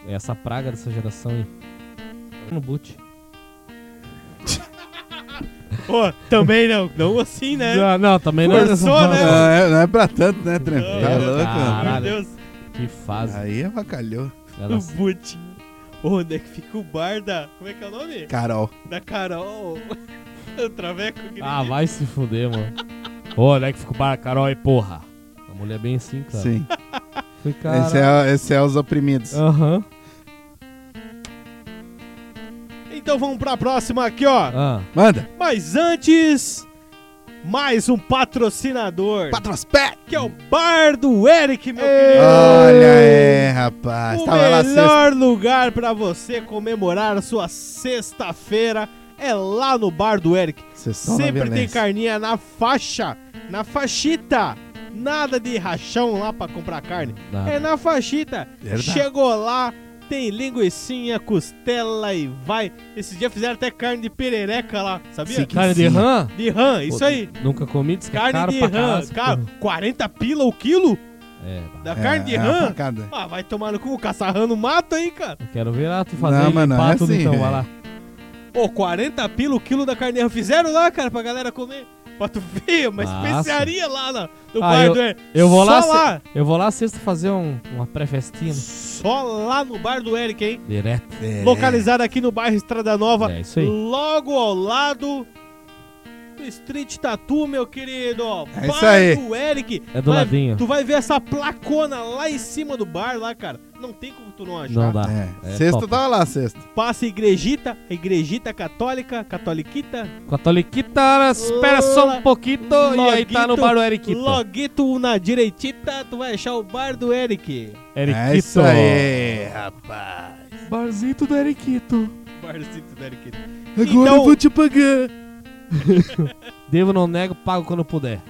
[SPEAKER 3] É essa praga dessa geração aí. No boot.
[SPEAKER 1] Pô, também não. Não assim, né?
[SPEAKER 3] Não, não, também não é
[SPEAKER 1] Forçou,
[SPEAKER 3] dessa forma.
[SPEAKER 1] né?
[SPEAKER 4] Não é, não é pra tanto, né, Trem?
[SPEAKER 1] Não, é
[SPEAKER 4] Tá
[SPEAKER 1] não,
[SPEAKER 4] louco,
[SPEAKER 3] cara.
[SPEAKER 4] mano.
[SPEAKER 1] Meu
[SPEAKER 3] Caralho.
[SPEAKER 1] Deus.
[SPEAKER 3] Que fase.
[SPEAKER 4] Aí avacalhou.
[SPEAKER 1] O
[SPEAKER 3] Elas-
[SPEAKER 1] Butinho. Onde é que fica o bar da... Como é que é o nome?
[SPEAKER 4] Carol.
[SPEAKER 1] Da Carol. [LAUGHS] o Traveco. que
[SPEAKER 3] Ah,
[SPEAKER 1] ele-
[SPEAKER 3] vai se fuder, mano. Ô, onde é que ficou bar, Carol aí, porra? A mulher é bem assim, cara.
[SPEAKER 4] Sim.
[SPEAKER 3] Fui, cara.
[SPEAKER 4] Esse é, esse é os oprimidos.
[SPEAKER 3] Aham.
[SPEAKER 1] Então vamos pra próxima aqui, ó.
[SPEAKER 3] Ah,
[SPEAKER 4] Manda.
[SPEAKER 1] Mas antes, mais um patrocinador,
[SPEAKER 4] Patrospec.
[SPEAKER 1] que é o Bar do Eric, meu querido.
[SPEAKER 4] Olha aí,
[SPEAKER 3] Ah,
[SPEAKER 4] rapaz.
[SPEAKER 1] O
[SPEAKER 4] Tava lá sexta.
[SPEAKER 1] melhor lugar pra você comemorar a sua sexta-feira é lá no Bar do Eric.
[SPEAKER 4] Sessão na
[SPEAKER 1] Sempre tem
[SPEAKER 4] violência.
[SPEAKER 1] carninha na faixa, na faixita. Nada de rachão lá pra comprar carne.
[SPEAKER 3] Nada.
[SPEAKER 1] É na faixita.
[SPEAKER 4] Verdade.
[SPEAKER 1] Chegou lá, tem linguiçinha, costela e vai. Esse dia fizeram até carne de perereca lá, sabia?
[SPEAKER 4] Sim, que
[SPEAKER 3] carne de
[SPEAKER 4] sim.
[SPEAKER 3] rã?
[SPEAKER 1] De rã, isso
[SPEAKER 3] Pô,
[SPEAKER 1] aí.
[SPEAKER 3] Nunca comi, diz que é
[SPEAKER 1] Carne
[SPEAKER 3] caro
[SPEAKER 1] de
[SPEAKER 3] pra
[SPEAKER 1] rã,
[SPEAKER 3] caralho.
[SPEAKER 1] cara, 40 pila o quilo?
[SPEAKER 3] É, bah.
[SPEAKER 1] Da
[SPEAKER 4] É,
[SPEAKER 1] carne de
[SPEAKER 4] é uma
[SPEAKER 1] rã?
[SPEAKER 4] pancada.
[SPEAKER 1] Ah, vai tomar no cu, caçar rã no mato, hein, cara?
[SPEAKER 3] Eu quero ver lá tu fazer
[SPEAKER 4] Não,
[SPEAKER 3] e
[SPEAKER 4] mas não,
[SPEAKER 3] limpar
[SPEAKER 4] é
[SPEAKER 3] tudo
[SPEAKER 4] assim,
[SPEAKER 3] então, vai
[SPEAKER 4] velho.
[SPEAKER 3] lá.
[SPEAKER 1] Pô, 40 pila o quilo da carne de rã. Fizeram lá, cara, pra galera comer. Pra tu ver, uma
[SPEAKER 3] Massa.
[SPEAKER 1] especiaria lá na- no
[SPEAKER 3] Ah,
[SPEAKER 1] bairro
[SPEAKER 3] eu-
[SPEAKER 1] do Eric.
[SPEAKER 3] Eu vou
[SPEAKER 1] Só
[SPEAKER 3] lá, se-
[SPEAKER 1] lá.
[SPEAKER 3] eu vou lá sexta fazer um- uma pré-festinha, né?
[SPEAKER 1] Só lá no bar do Eric, hein?
[SPEAKER 3] direto.
[SPEAKER 4] É.
[SPEAKER 1] Localizado aqui no bairro Estrada Nova.
[SPEAKER 3] É isso aí.
[SPEAKER 1] Logo ao lado do Street Tattoo, meu querido.
[SPEAKER 4] É isso aí.
[SPEAKER 1] do Eric.
[SPEAKER 3] É do
[SPEAKER 1] Vai-
[SPEAKER 3] ladinho.
[SPEAKER 1] Tu vai ver essa placona lá em cima do bar lá, cara. Não tem como tu não achar.
[SPEAKER 3] Não dá.
[SPEAKER 4] É.
[SPEAKER 3] É
[SPEAKER 4] sexta
[SPEAKER 3] top.
[SPEAKER 4] tava lá, sexta.
[SPEAKER 1] Passa igrejita, igrejita católica, catoliquita.
[SPEAKER 3] Catoliquita, espera só um
[SPEAKER 1] Lo-
[SPEAKER 3] pouquinho e aí tá no
[SPEAKER 1] Loguito-
[SPEAKER 3] bar do Eriquito.
[SPEAKER 1] Loguito um na direitita, tu vai achar o bar do Eric.
[SPEAKER 4] É isso
[SPEAKER 3] Eriquito.
[SPEAKER 4] aí, rapaz.
[SPEAKER 3] Barzito do Eriquito.
[SPEAKER 1] Barzinho do Eric.
[SPEAKER 4] Agora
[SPEAKER 1] Então-
[SPEAKER 4] eu vou te pagar.
[SPEAKER 3] Devo, não nego, pago quando puder.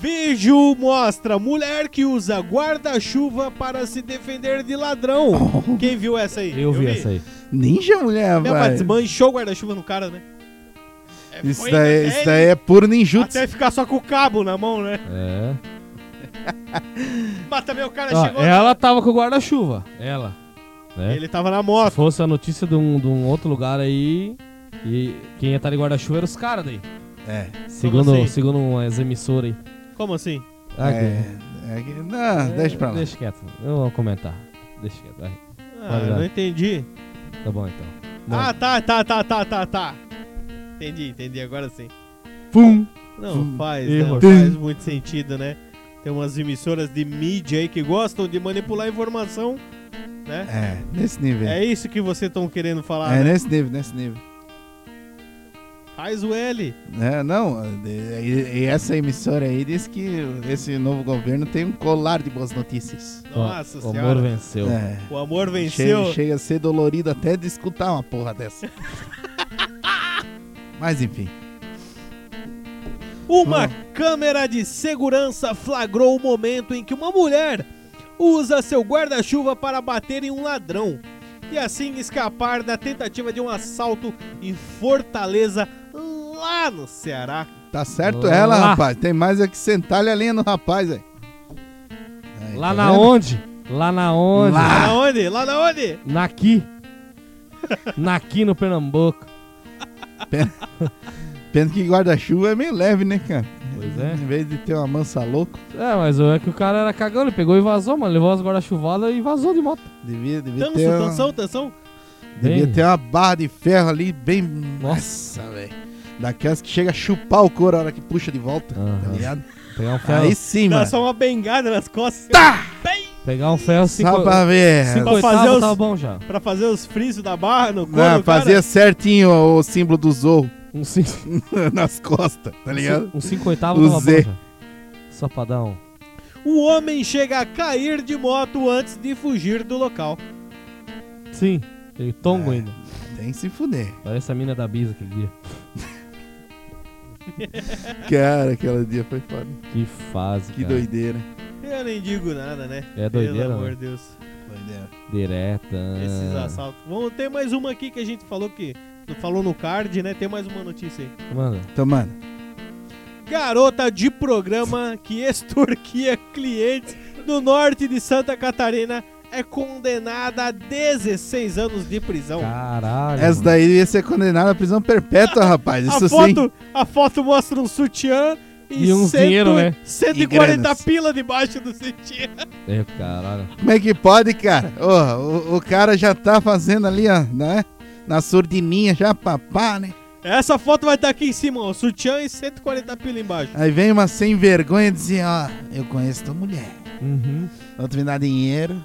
[SPEAKER 1] Vídeo mostra mulher que usa guarda-chuva para se defender de ladrão. Quem viu essa aí?
[SPEAKER 3] Eu, vi, essa aí.
[SPEAKER 4] Ninja, mulher,
[SPEAKER 1] Meu, mas
[SPEAKER 4] vai.
[SPEAKER 1] desmanchou o guarda-chuva no cara, né? É,
[SPEAKER 4] Isso
[SPEAKER 1] foi
[SPEAKER 4] daí,
[SPEAKER 1] até
[SPEAKER 4] isso
[SPEAKER 1] ele-
[SPEAKER 4] daí é puro ninjutsu.
[SPEAKER 1] Até ficar só com o cabo na mão, né? [LAUGHS]
[SPEAKER 3] É.
[SPEAKER 1] Mas também o cara
[SPEAKER 3] Ó, é,
[SPEAKER 1] chegou.
[SPEAKER 3] ela tava com o guarda-chuva. Ela. Né?
[SPEAKER 1] Ele tava na
[SPEAKER 3] Se
[SPEAKER 1] moto.
[SPEAKER 3] fosse a notícia de um, de um outro lugar aí. E quem ia estar de guarda-chuva era os caras daí.
[SPEAKER 4] É.
[SPEAKER 3] Segundo,
[SPEAKER 1] assim?
[SPEAKER 3] segundo umas emissoras aí.
[SPEAKER 1] Como assim?
[SPEAKER 3] Ah,
[SPEAKER 4] É, é que- não,
[SPEAKER 3] que-
[SPEAKER 4] deixa pra lá.
[SPEAKER 3] Deixa quieto. Eu vou comentar. Deixa quieto. vai.
[SPEAKER 1] Ah,
[SPEAKER 3] Olha.
[SPEAKER 1] não entendi.
[SPEAKER 3] Tá bom então. Bom,
[SPEAKER 1] Ah, tá, tá, tá, tá, tá, tá. Entendi, entendi, agora sim.
[SPEAKER 4] Pum.
[SPEAKER 1] Não faz,
[SPEAKER 3] Hum, erro.
[SPEAKER 1] não faz muito sentido, né? Tem umas emissoras de mídia aí que gostam de manipular informação, né?
[SPEAKER 4] É, nesse nível.
[SPEAKER 1] É isso que vocês estão querendo falar,
[SPEAKER 4] É,
[SPEAKER 1] né?
[SPEAKER 4] nesse nível, nesse nível.
[SPEAKER 3] né?
[SPEAKER 1] Faz o L.
[SPEAKER 4] É, não, e, e essa emissora aí disse que esse novo governo tem um colar de boas notícias.
[SPEAKER 3] ó,
[SPEAKER 1] Nossa
[SPEAKER 3] o
[SPEAKER 1] senhora.
[SPEAKER 3] amor venceu.
[SPEAKER 4] É.
[SPEAKER 1] O amor venceu.
[SPEAKER 4] Chega, chega a ser dolorido até de escutar uma porra
[SPEAKER 3] [LAUGHS]
[SPEAKER 4] dessa. Mas enfim.
[SPEAKER 1] Uma
[SPEAKER 3] Hum.
[SPEAKER 1] câmera de segurança flagrou o momento em que uma mulher usa seu guarda-chuva para bater em um ladrão e assim escapar da tentativa de um assalto em Fortaleza, lá no Ceará.
[SPEAKER 4] Tá certo
[SPEAKER 3] Lá.
[SPEAKER 4] ela, rapaz. Tem mais é que sentar a lenha no rapaz, velho. Aí,
[SPEAKER 3] Lá
[SPEAKER 4] tá
[SPEAKER 3] na
[SPEAKER 4] vendo?
[SPEAKER 3] onde? Lá na onde?
[SPEAKER 4] Lá.
[SPEAKER 1] Lá na onde? Lá na onde?
[SPEAKER 3] Naqui. Naqui no Pernambuco.
[SPEAKER 4] Pena que guarda-chuva é meio leve, né, cara?
[SPEAKER 3] Pois é.
[SPEAKER 4] Em vez de ter uma mansa louco,
[SPEAKER 3] É, mas é que o cara era cagão, ele pegou e vazou, mano. Levou as guarda-chuvadas e vazou de moto.
[SPEAKER 4] devia, devia,
[SPEAKER 1] Tanso,
[SPEAKER 4] ter, uma-
[SPEAKER 3] um
[SPEAKER 1] tensão, tensão.
[SPEAKER 4] devia
[SPEAKER 3] Bem.
[SPEAKER 4] ter uma barra de ferro ali bem.
[SPEAKER 3] Nossa,
[SPEAKER 4] velho. Daquelas que chega a chupar o couro a hora que puxa de volta, tá
[SPEAKER 3] Aham.
[SPEAKER 4] ligado?
[SPEAKER 3] Pegar um ferro,
[SPEAKER 4] Aí sim,
[SPEAKER 1] Dá
[SPEAKER 4] mano.
[SPEAKER 1] só uma bengada nas costas. Tá! Bem,
[SPEAKER 3] pegar um ferro cinco,
[SPEAKER 4] Só pra ver.
[SPEAKER 3] cinco
[SPEAKER 1] Pra fazer
[SPEAKER 3] oitavos
[SPEAKER 1] os-
[SPEAKER 3] tava bom já.
[SPEAKER 1] pra fazer os frisos da barra no corpo.
[SPEAKER 4] Não,
[SPEAKER 1] cara.
[SPEAKER 4] Ah, fazia certinho o o símbolo do Zorro [LAUGHS]
[SPEAKER 3] Um cinco,
[SPEAKER 4] nas costas, tá ligado?
[SPEAKER 3] um cinco oitavo
[SPEAKER 4] O
[SPEAKER 3] tava
[SPEAKER 4] Z.
[SPEAKER 3] bom já. Só pra dar um...
[SPEAKER 1] O homem chega a cair de moto antes de fugir do local.
[SPEAKER 3] Sim, ele tongo
[SPEAKER 4] É.
[SPEAKER 3] ainda.
[SPEAKER 4] Tem que se fuder.
[SPEAKER 3] Parece a mina da Bisa aquele dia.
[SPEAKER 4] Cara, aquele dia foi foda.
[SPEAKER 3] Que fase,
[SPEAKER 1] É.
[SPEAKER 4] Que
[SPEAKER 3] cara.
[SPEAKER 4] doideira.
[SPEAKER 1] Eu nem digo nada, né?
[SPEAKER 3] É doideira,
[SPEAKER 1] Pelo amor
[SPEAKER 3] né? Ah.
[SPEAKER 1] de Deus.
[SPEAKER 4] Doideira.
[SPEAKER 3] Direta.
[SPEAKER 1] Esses assaltos. Vamos ter mais uma aqui que a gente falou que falou no card, né? Tem mais uma notícia aí.
[SPEAKER 3] Mano,
[SPEAKER 4] Tomando.
[SPEAKER 1] Garota de programa que extorquia clientes no norte de Santa Catarina é condenada a 16 anos de prisão.
[SPEAKER 3] caralho.
[SPEAKER 4] Essa
[SPEAKER 3] mano.
[SPEAKER 4] daí ia ser condenada à
[SPEAKER 1] [LAUGHS]
[SPEAKER 4] prisão perpétua, rapaz. Isso
[SPEAKER 1] É, a
[SPEAKER 4] sim. um
[SPEAKER 1] foto, a foto mostra um sutiã e,
[SPEAKER 3] E uns dinheiro, né?
[SPEAKER 1] 140
[SPEAKER 4] E granas.
[SPEAKER 1] pila debaixo do sutiã.
[SPEAKER 3] É, caralho.
[SPEAKER 4] Como é que pode, cara? Ô, o, o cara já tá fazendo ali, ó, né? Na surdininha já, papá, né?
[SPEAKER 1] Essa foto vai estar aqui em cima, ó, sutiã e 140 pila embaixo.
[SPEAKER 4] Aí vem uma sem vergonha dizer, ó, eu conheço tua mulher.
[SPEAKER 3] Uhum.
[SPEAKER 4] Outro me dá dinheiro.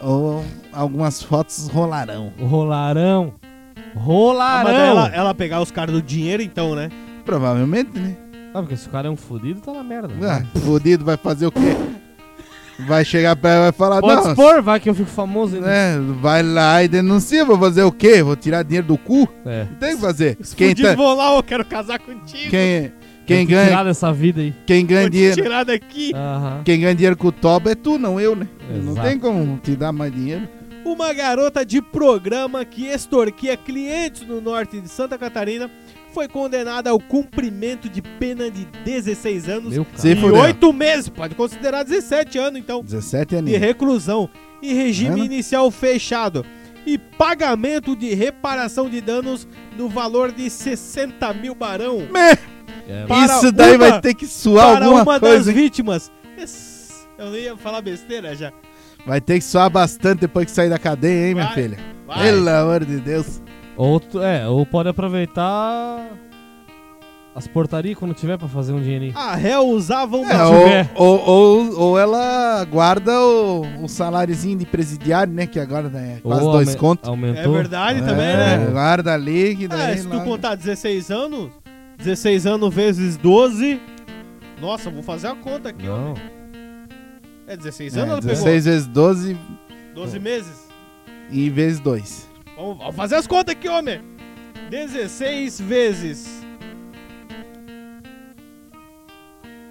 [SPEAKER 4] Ou algumas fotos rolarão.
[SPEAKER 3] Rolarão.
[SPEAKER 1] Ah,
[SPEAKER 3] Rolarão.
[SPEAKER 1] mas daí ela, ela pegar os caras do dinheiro então, né?
[SPEAKER 4] Provavelmente, né?
[SPEAKER 3] Ah, porque se o cara é um fudido, tá na merda.
[SPEAKER 4] Ah, fudido vai fazer o quê? Vai chegar pra ela e vai falar,
[SPEAKER 3] Pode
[SPEAKER 4] não,
[SPEAKER 3] expor, vai que eu fico famoso ainda.
[SPEAKER 4] né? Vai lá e denuncia, vou fazer o quê? Vou tirar dinheiro do cu?
[SPEAKER 3] É.
[SPEAKER 4] Não Tem que fazer.
[SPEAKER 1] Os
[SPEAKER 4] Quem,
[SPEAKER 1] fudidos
[SPEAKER 4] tá-
[SPEAKER 1] vão lá, eu quero casar contigo.
[SPEAKER 4] quem,
[SPEAKER 3] Tem
[SPEAKER 4] quem,
[SPEAKER 3] que Tirar
[SPEAKER 4] ganha,
[SPEAKER 3] dessa vida aí.
[SPEAKER 4] quem ganha
[SPEAKER 1] Vou te
[SPEAKER 4] dinheiro.
[SPEAKER 1] tirar daqui.
[SPEAKER 3] Aham.
[SPEAKER 4] Quem ganha dinheiro com o Toba é tu, não eu, né? Não
[SPEAKER 3] Exato.
[SPEAKER 4] tem como te dar mais dinheiro.
[SPEAKER 1] Uma garota de programa que extorquia clientes no norte de Santa Catarina foi condenada ao cumprimento de pena de 16 anos
[SPEAKER 3] Meu cara.
[SPEAKER 4] Se
[SPEAKER 1] e
[SPEAKER 4] fudeu.
[SPEAKER 1] 8 meses, pode considerar 17 anos então,
[SPEAKER 4] 17
[SPEAKER 1] de
[SPEAKER 4] aninhos.
[SPEAKER 1] reclusão e regime
[SPEAKER 4] Vendo?
[SPEAKER 1] inicial fechado e pagamento de reparação de danos no valor de 60 mil barão.
[SPEAKER 4] Me-
[SPEAKER 3] É,
[SPEAKER 1] Para
[SPEAKER 4] Isso daí
[SPEAKER 1] uma-
[SPEAKER 4] vai ter que suar
[SPEAKER 1] para
[SPEAKER 4] alguma
[SPEAKER 1] uma das
[SPEAKER 4] coisa, hein?
[SPEAKER 1] vítimas. Ess- Eu não ia falar besteira já.
[SPEAKER 4] Vai ter que suar bastante depois que sair da cadeia, hein, minha
[SPEAKER 1] Vai,
[SPEAKER 4] filha?
[SPEAKER 1] vai.
[SPEAKER 4] Pelo amor de Deus.
[SPEAKER 3] Ou, tu- é, ou pode aproveitar as portarias quando tiver pra fazer um dinheirinho.
[SPEAKER 1] A réu usava uma.
[SPEAKER 4] É,
[SPEAKER 3] tiver.
[SPEAKER 4] ou, ou, ou, ou ela guarda o, o saláriozinho de presidiário, né? Que agora é
[SPEAKER 3] Ou
[SPEAKER 4] quase dois
[SPEAKER 3] aume-
[SPEAKER 4] contos.
[SPEAKER 1] É
[SPEAKER 3] Aumentou.
[SPEAKER 1] verdade também,
[SPEAKER 4] É,
[SPEAKER 1] né?
[SPEAKER 4] Guarda ali, que
[SPEAKER 1] É,
[SPEAKER 4] daí
[SPEAKER 1] se
[SPEAKER 4] lá-
[SPEAKER 1] tu contar 16 anos, 16 anos vezes 12. Nossa, vou fazer a conta aqui, ó.
[SPEAKER 3] Não.
[SPEAKER 1] É 16 anos
[SPEAKER 4] é,
[SPEAKER 1] ela
[SPEAKER 4] 16 vezes 12
[SPEAKER 1] pegou? 12 meses?
[SPEAKER 4] e vezes 2.
[SPEAKER 1] Vamos, vamos fazer as contas aqui, homem. 16 vezes.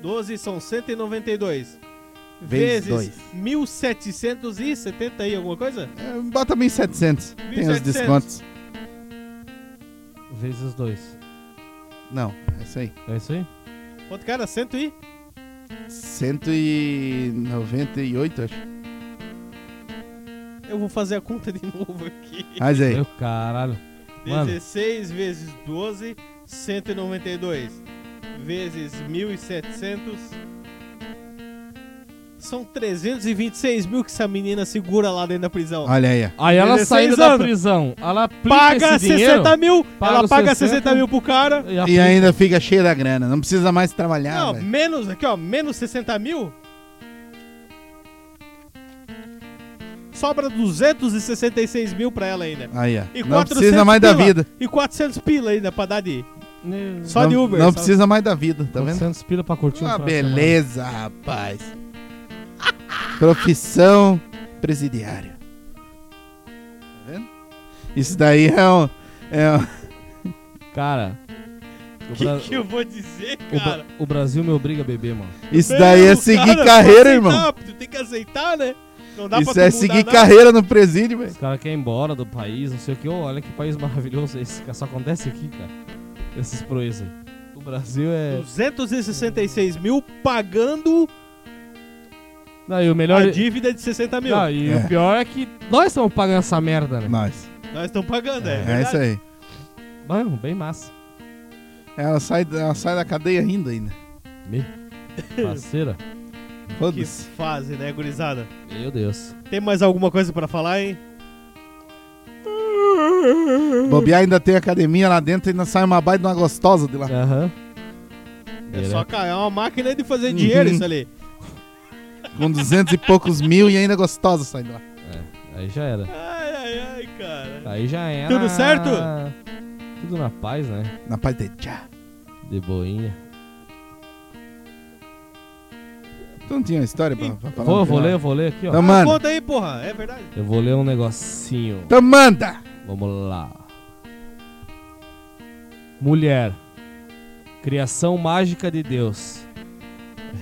[SPEAKER 1] 12 são 192. Vezes
[SPEAKER 4] Vezes dois.
[SPEAKER 1] 1770 e alguma coisa?
[SPEAKER 4] É, bota 1.700. Tem os
[SPEAKER 1] 1.700.
[SPEAKER 4] descontos.
[SPEAKER 3] Vezes dois.
[SPEAKER 4] Não, é isso aí.
[SPEAKER 3] É isso aí?
[SPEAKER 1] Quanto cara? 100 e.
[SPEAKER 4] 198, acho.
[SPEAKER 1] Eu vou fazer a conta de [LAUGHS] novo aqui.
[SPEAKER 4] Mas Ah, aí.
[SPEAKER 3] Meu caralho.
[SPEAKER 4] Ah,
[SPEAKER 3] Mano,
[SPEAKER 1] 16 vezes 12, 192. Vezes 1.700. São 326 mil que essa menina segura lá dentro da prisão.
[SPEAKER 4] Olha aí, ó.
[SPEAKER 3] aí ela
[SPEAKER 1] 16
[SPEAKER 3] saindo da
[SPEAKER 1] anos.
[SPEAKER 3] prisão, ela aplica
[SPEAKER 1] paga
[SPEAKER 3] esse dinheiro
[SPEAKER 1] 60 mil,
[SPEAKER 3] paga
[SPEAKER 1] ela
[SPEAKER 3] os
[SPEAKER 1] paga 60,
[SPEAKER 3] 60
[SPEAKER 1] mil pro cara.
[SPEAKER 3] e aplica.
[SPEAKER 4] E ainda fica cheio da grana. Não precisa mais trabalhar,
[SPEAKER 1] não,
[SPEAKER 4] É, velho.
[SPEAKER 1] menos aqui, ó, menos 60 mil. Sobra 266 mil pra ela ainda.
[SPEAKER 4] Aí, ó.
[SPEAKER 1] E
[SPEAKER 4] Não
[SPEAKER 1] 400
[SPEAKER 4] precisa mais da
[SPEAKER 1] pila.
[SPEAKER 4] vida.
[SPEAKER 1] E 400 pila ainda pra dar de.
[SPEAKER 3] Né,
[SPEAKER 1] Só
[SPEAKER 4] não,
[SPEAKER 1] de Uber.
[SPEAKER 4] Não
[SPEAKER 1] só-
[SPEAKER 4] precisa mais da vida, tá vendo?
[SPEAKER 3] 400 pila pra curtir um
[SPEAKER 4] Uma
[SPEAKER 3] final de semana.
[SPEAKER 4] beleza, rapaz. [LAUGHS] Profissão presidiária. Tá vendo? Isso daí é um. É um
[SPEAKER 3] Cara, o,
[SPEAKER 1] O que,
[SPEAKER 3] Bra-
[SPEAKER 1] que eu vou dizer,
[SPEAKER 3] o Bra-
[SPEAKER 1] cara?
[SPEAKER 3] o Brasil me obriga a beber, mano.
[SPEAKER 4] isso
[SPEAKER 1] Meu,
[SPEAKER 4] daí é seguir
[SPEAKER 1] cara,
[SPEAKER 4] carreira,
[SPEAKER 1] tu
[SPEAKER 4] irmão.
[SPEAKER 1] aceitar, Tu tem que aceitar, né? Não dá pra
[SPEAKER 4] Isso
[SPEAKER 1] tu
[SPEAKER 4] é
[SPEAKER 1] mudar
[SPEAKER 4] seguir
[SPEAKER 1] nada.
[SPEAKER 4] carreira no presídio, velho.
[SPEAKER 3] Os caras querem ir embora do país, não sei o que. Ô, olha que país maravilhoso esse, cara. Só acontece aqui, cara. Esses proezas aí. O Brasil é.
[SPEAKER 1] 266 mil pagando
[SPEAKER 3] Não, e o melhor. é-
[SPEAKER 1] a dívida de 60 mil.
[SPEAKER 3] Não, e
[SPEAKER 4] É.
[SPEAKER 3] o pior é que nós estamos pagando essa merda, né?
[SPEAKER 4] Nós.
[SPEAKER 1] Nós estamos pagando, é.
[SPEAKER 4] É, isso
[SPEAKER 1] verdade.
[SPEAKER 4] aí.
[SPEAKER 3] Mano, bem massa.
[SPEAKER 4] Ela sai, ela sai da cadeia rindo ainda.
[SPEAKER 3] Me... Parceira.
[SPEAKER 1] Que
[SPEAKER 4] Foda-se.
[SPEAKER 1] fase, né, gurizada?
[SPEAKER 3] Meu Deus.
[SPEAKER 1] Tem mais alguma coisa pra falar, hein?
[SPEAKER 4] Bobear ainda tem academia lá dentro e ainda sai uma baita de uma gostosa de lá.
[SPEAKER 3] Aham.
[SPEAKER 1] É
[SPEAKER 3] Ele-
[SPEAKER 1] só ca- é uma máquina de fazer dinheiro
[SPEAKER 4] Uhum.
[SPEAKER 1] isso ali.
[SPEAKER 4] Com duzentos e poucos mil e ainda gostosa sai de lá.
[SPEAKER 3] Aí já era.
[SPEAKER 1] Ai, ai, ai, cara.
[SPEAKER 3] Aí já era.
[SPEAKER 1] Tudo certo?
[SPEAKER 3] Tudo na paz, né?
[SPEAKER 4] Na parte de tchá.
[SPEAKER 3] De boinha.
[SPEAKER 4] Tu não tinha uma história pra, pra falar? um
[SPEAKER 3] Vou,
[SPEAKER 4] no
[SPEAKER 3] vou
[SPEAKER 4] final?
[SPEAKER 3] ler, vou ler aqui, ó.
[SPEAKER 4] Então
[SPEAKER 1] Ah,
[SPEAKER 4] manda.
[SPEAKER 1] conta aí, porra. É verdade.
[SPEAKER 3] Eu vou ler um negocinho.
[SPEAKER 4] Então manda.
[SPEAKER 3] Vamos lá. Mulher. Criação mágica de Deus.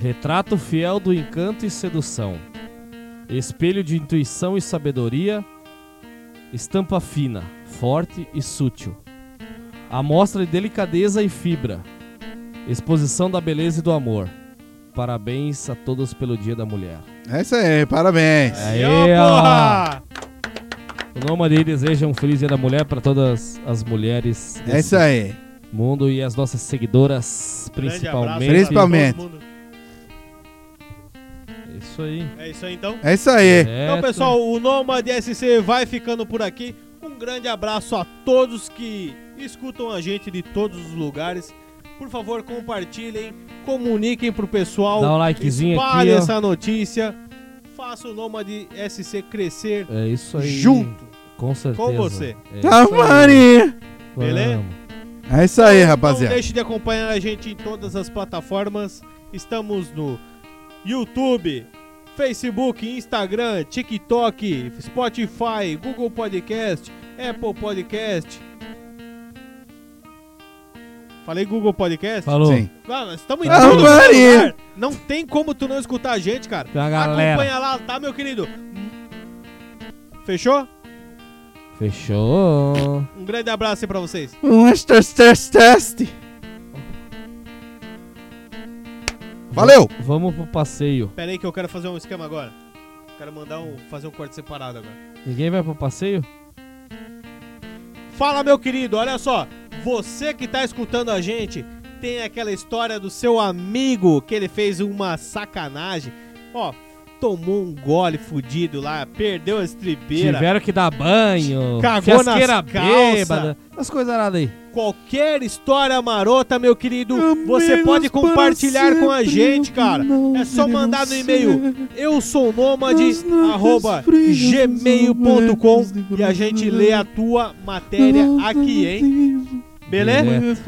[SPEAKER 3] Retrato fiel do encanto e sedução. Espelho de intuição e sabedoria. Estampa fina, forte e sutil. Amostra de delicadeza e fibra. Exposição da beleza e do amor. Parabéns a todos pelo Dia da Mulher.
[SPEAKER 4] É isso aí, parabéns.
[SPEAKER 3] Aê,
[SPEAKER 1] E, ó,
[SPEAKER 3] ó.
[SPEAKER 1] porra!
[SPEAKER 3] O Nômade deseja um feliz Dia da Mulher para todas as mulheres
[SPEAKER 4] É isso aí.
[SPEAKER 3] mundo e as nossas seguidoras
[SPEAKER 1] Grande
[SPEAKER 3] principalmente.
[SPEAKER 1] abraço pra todo
[SPEAKER 4] Principalmente.
[SPEAKER 1] mundo.
[SPEAKER 3] É Isso aí.
[SPEAKER 1] É isso aí, então.
[SPEAKER 4] É isso aí.
[SPEAKER 1] Então, pessoal, o Nômade SC vai ficando por aqui. Um grande abraço a todos que escutam a gente de todos os lugares. Por favor, compartilhem, comuniquem pro pessoal.
[SPEAKER 3] Dá um likezinho
[SPEAKER 1] espalhe
[SPEAKER 3] aqui, ó.
[SPEAKER 1] essa notícia. Faça o Nômade SC crescer
[SPEAKER 3] É isso aí.
[SPEAKER 1] junto.
[SPEAKER 3] Com certeza.
[SPEAKER 1] Com você.
[SPEAKER 3] É isso aí.
[SPEAKER 4] Amani.
[SPEAKER 1] Beleza?
[SPEAKER 3] Vamos.
[SPEAKER 4] É isso aí,
[SPEAKER 1] Não
[SPEAKER 4] rapaziada.
[SPEAKER 1] deixe de acompanhar a gente em todas as plataformas. Estamos no YouTube, Facebook, Instagram, TikTok, Spotify, Google Podcast, Apple Podcast. Falei Google Podcast?
[SPEAKER 3] Falou.
[SPEAKER 4] Sim.
[SPEAKER 1] Ah, nós estamos em
[SPEAKER 4] Ah,
[SPEAKER 1] todo
[SPEAKER 4] Maria!
[SPEAKER 1] lugar. Não tem como tu não escutar a gente, cara.
[SPEAKER 3] Tem uma galera.
[SPEAKER 1] Acompanha lá, tá, meu querido? Fechou?
[SPEAKER 3] Fechou.
[SPEAKER 1] Um grande abraço aí pra vocês.
[SPEAKER 4] Um teste, teste, teste. Valeu!
[SPEAKER 3] Vamos pro passeio.
[SPEAKER 1] Pera aí que eu quero fazer um esquema agora. Quero mandar um. fazer um corte separado agora.
[SPEAKER 3] Ninguém vai pro passeio?
[SPEAKER 1] Fala, meu querido, olha só. Você que tá escutando a gente, tem aquela história do seu amigo que ele fez uma sacanagem. Ó, tomou um gole fudido lá, perdeu a estribeira.
[SPEAKER 3] Tiveram que dar banho.
[SPEAKER 1] Cagou nas
[SPEAKER 3] fiasqueira
[SPEAKER 1] calça.
[SPEAKER 3] bêbada. As coisas nada aí.
[SPEAKER 1] Qualquer história marota, meu querido,
[SPEAKER 4] Amigos
[SPEAKER 1] você pode
[SPEAKER 4] para
[SPEAKER 1] compartilhar com a
[SPEAKER 4] sempre,
[SPEAKER 1] gente, cara.
[SPEAKER 4] não
[SPEAKER 1] É só
[SPEAKER 4] irão
[SPEAKER 1] mandar no
[SPEAKER 4] ser
[SPEAKER 1] e-mail eu sou nômade,
[SPEAKER 4] as noites
[SPEAKER 1] arroba
[SPEAKER 4] frias,
[SPEAKER 1] gmail.com
[SPEAKER 4] os momentos de
[SPEAKER 1] e a gente lê a tua matéria aqui, hein? Beleza?
[SPEAKER 3] Beleza.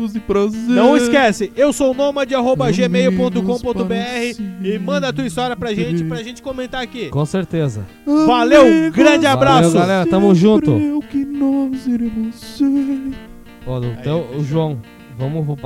[SPEAKER 1] Não esquece, eu sou nômade, arroba gmail.com.br e manda a tua história pra gente, pra gente comentar aqui.
[SPEAKER 3] É, Com certeza.
[SPEAKER 1] Valeu, grande abraço.
[SPEAKER 3] Valeu, galera. Tamo junto.
[SPEAKER 4] Eu que não seremos
[SPEAKER 3] Ó, então, o João, vamos pro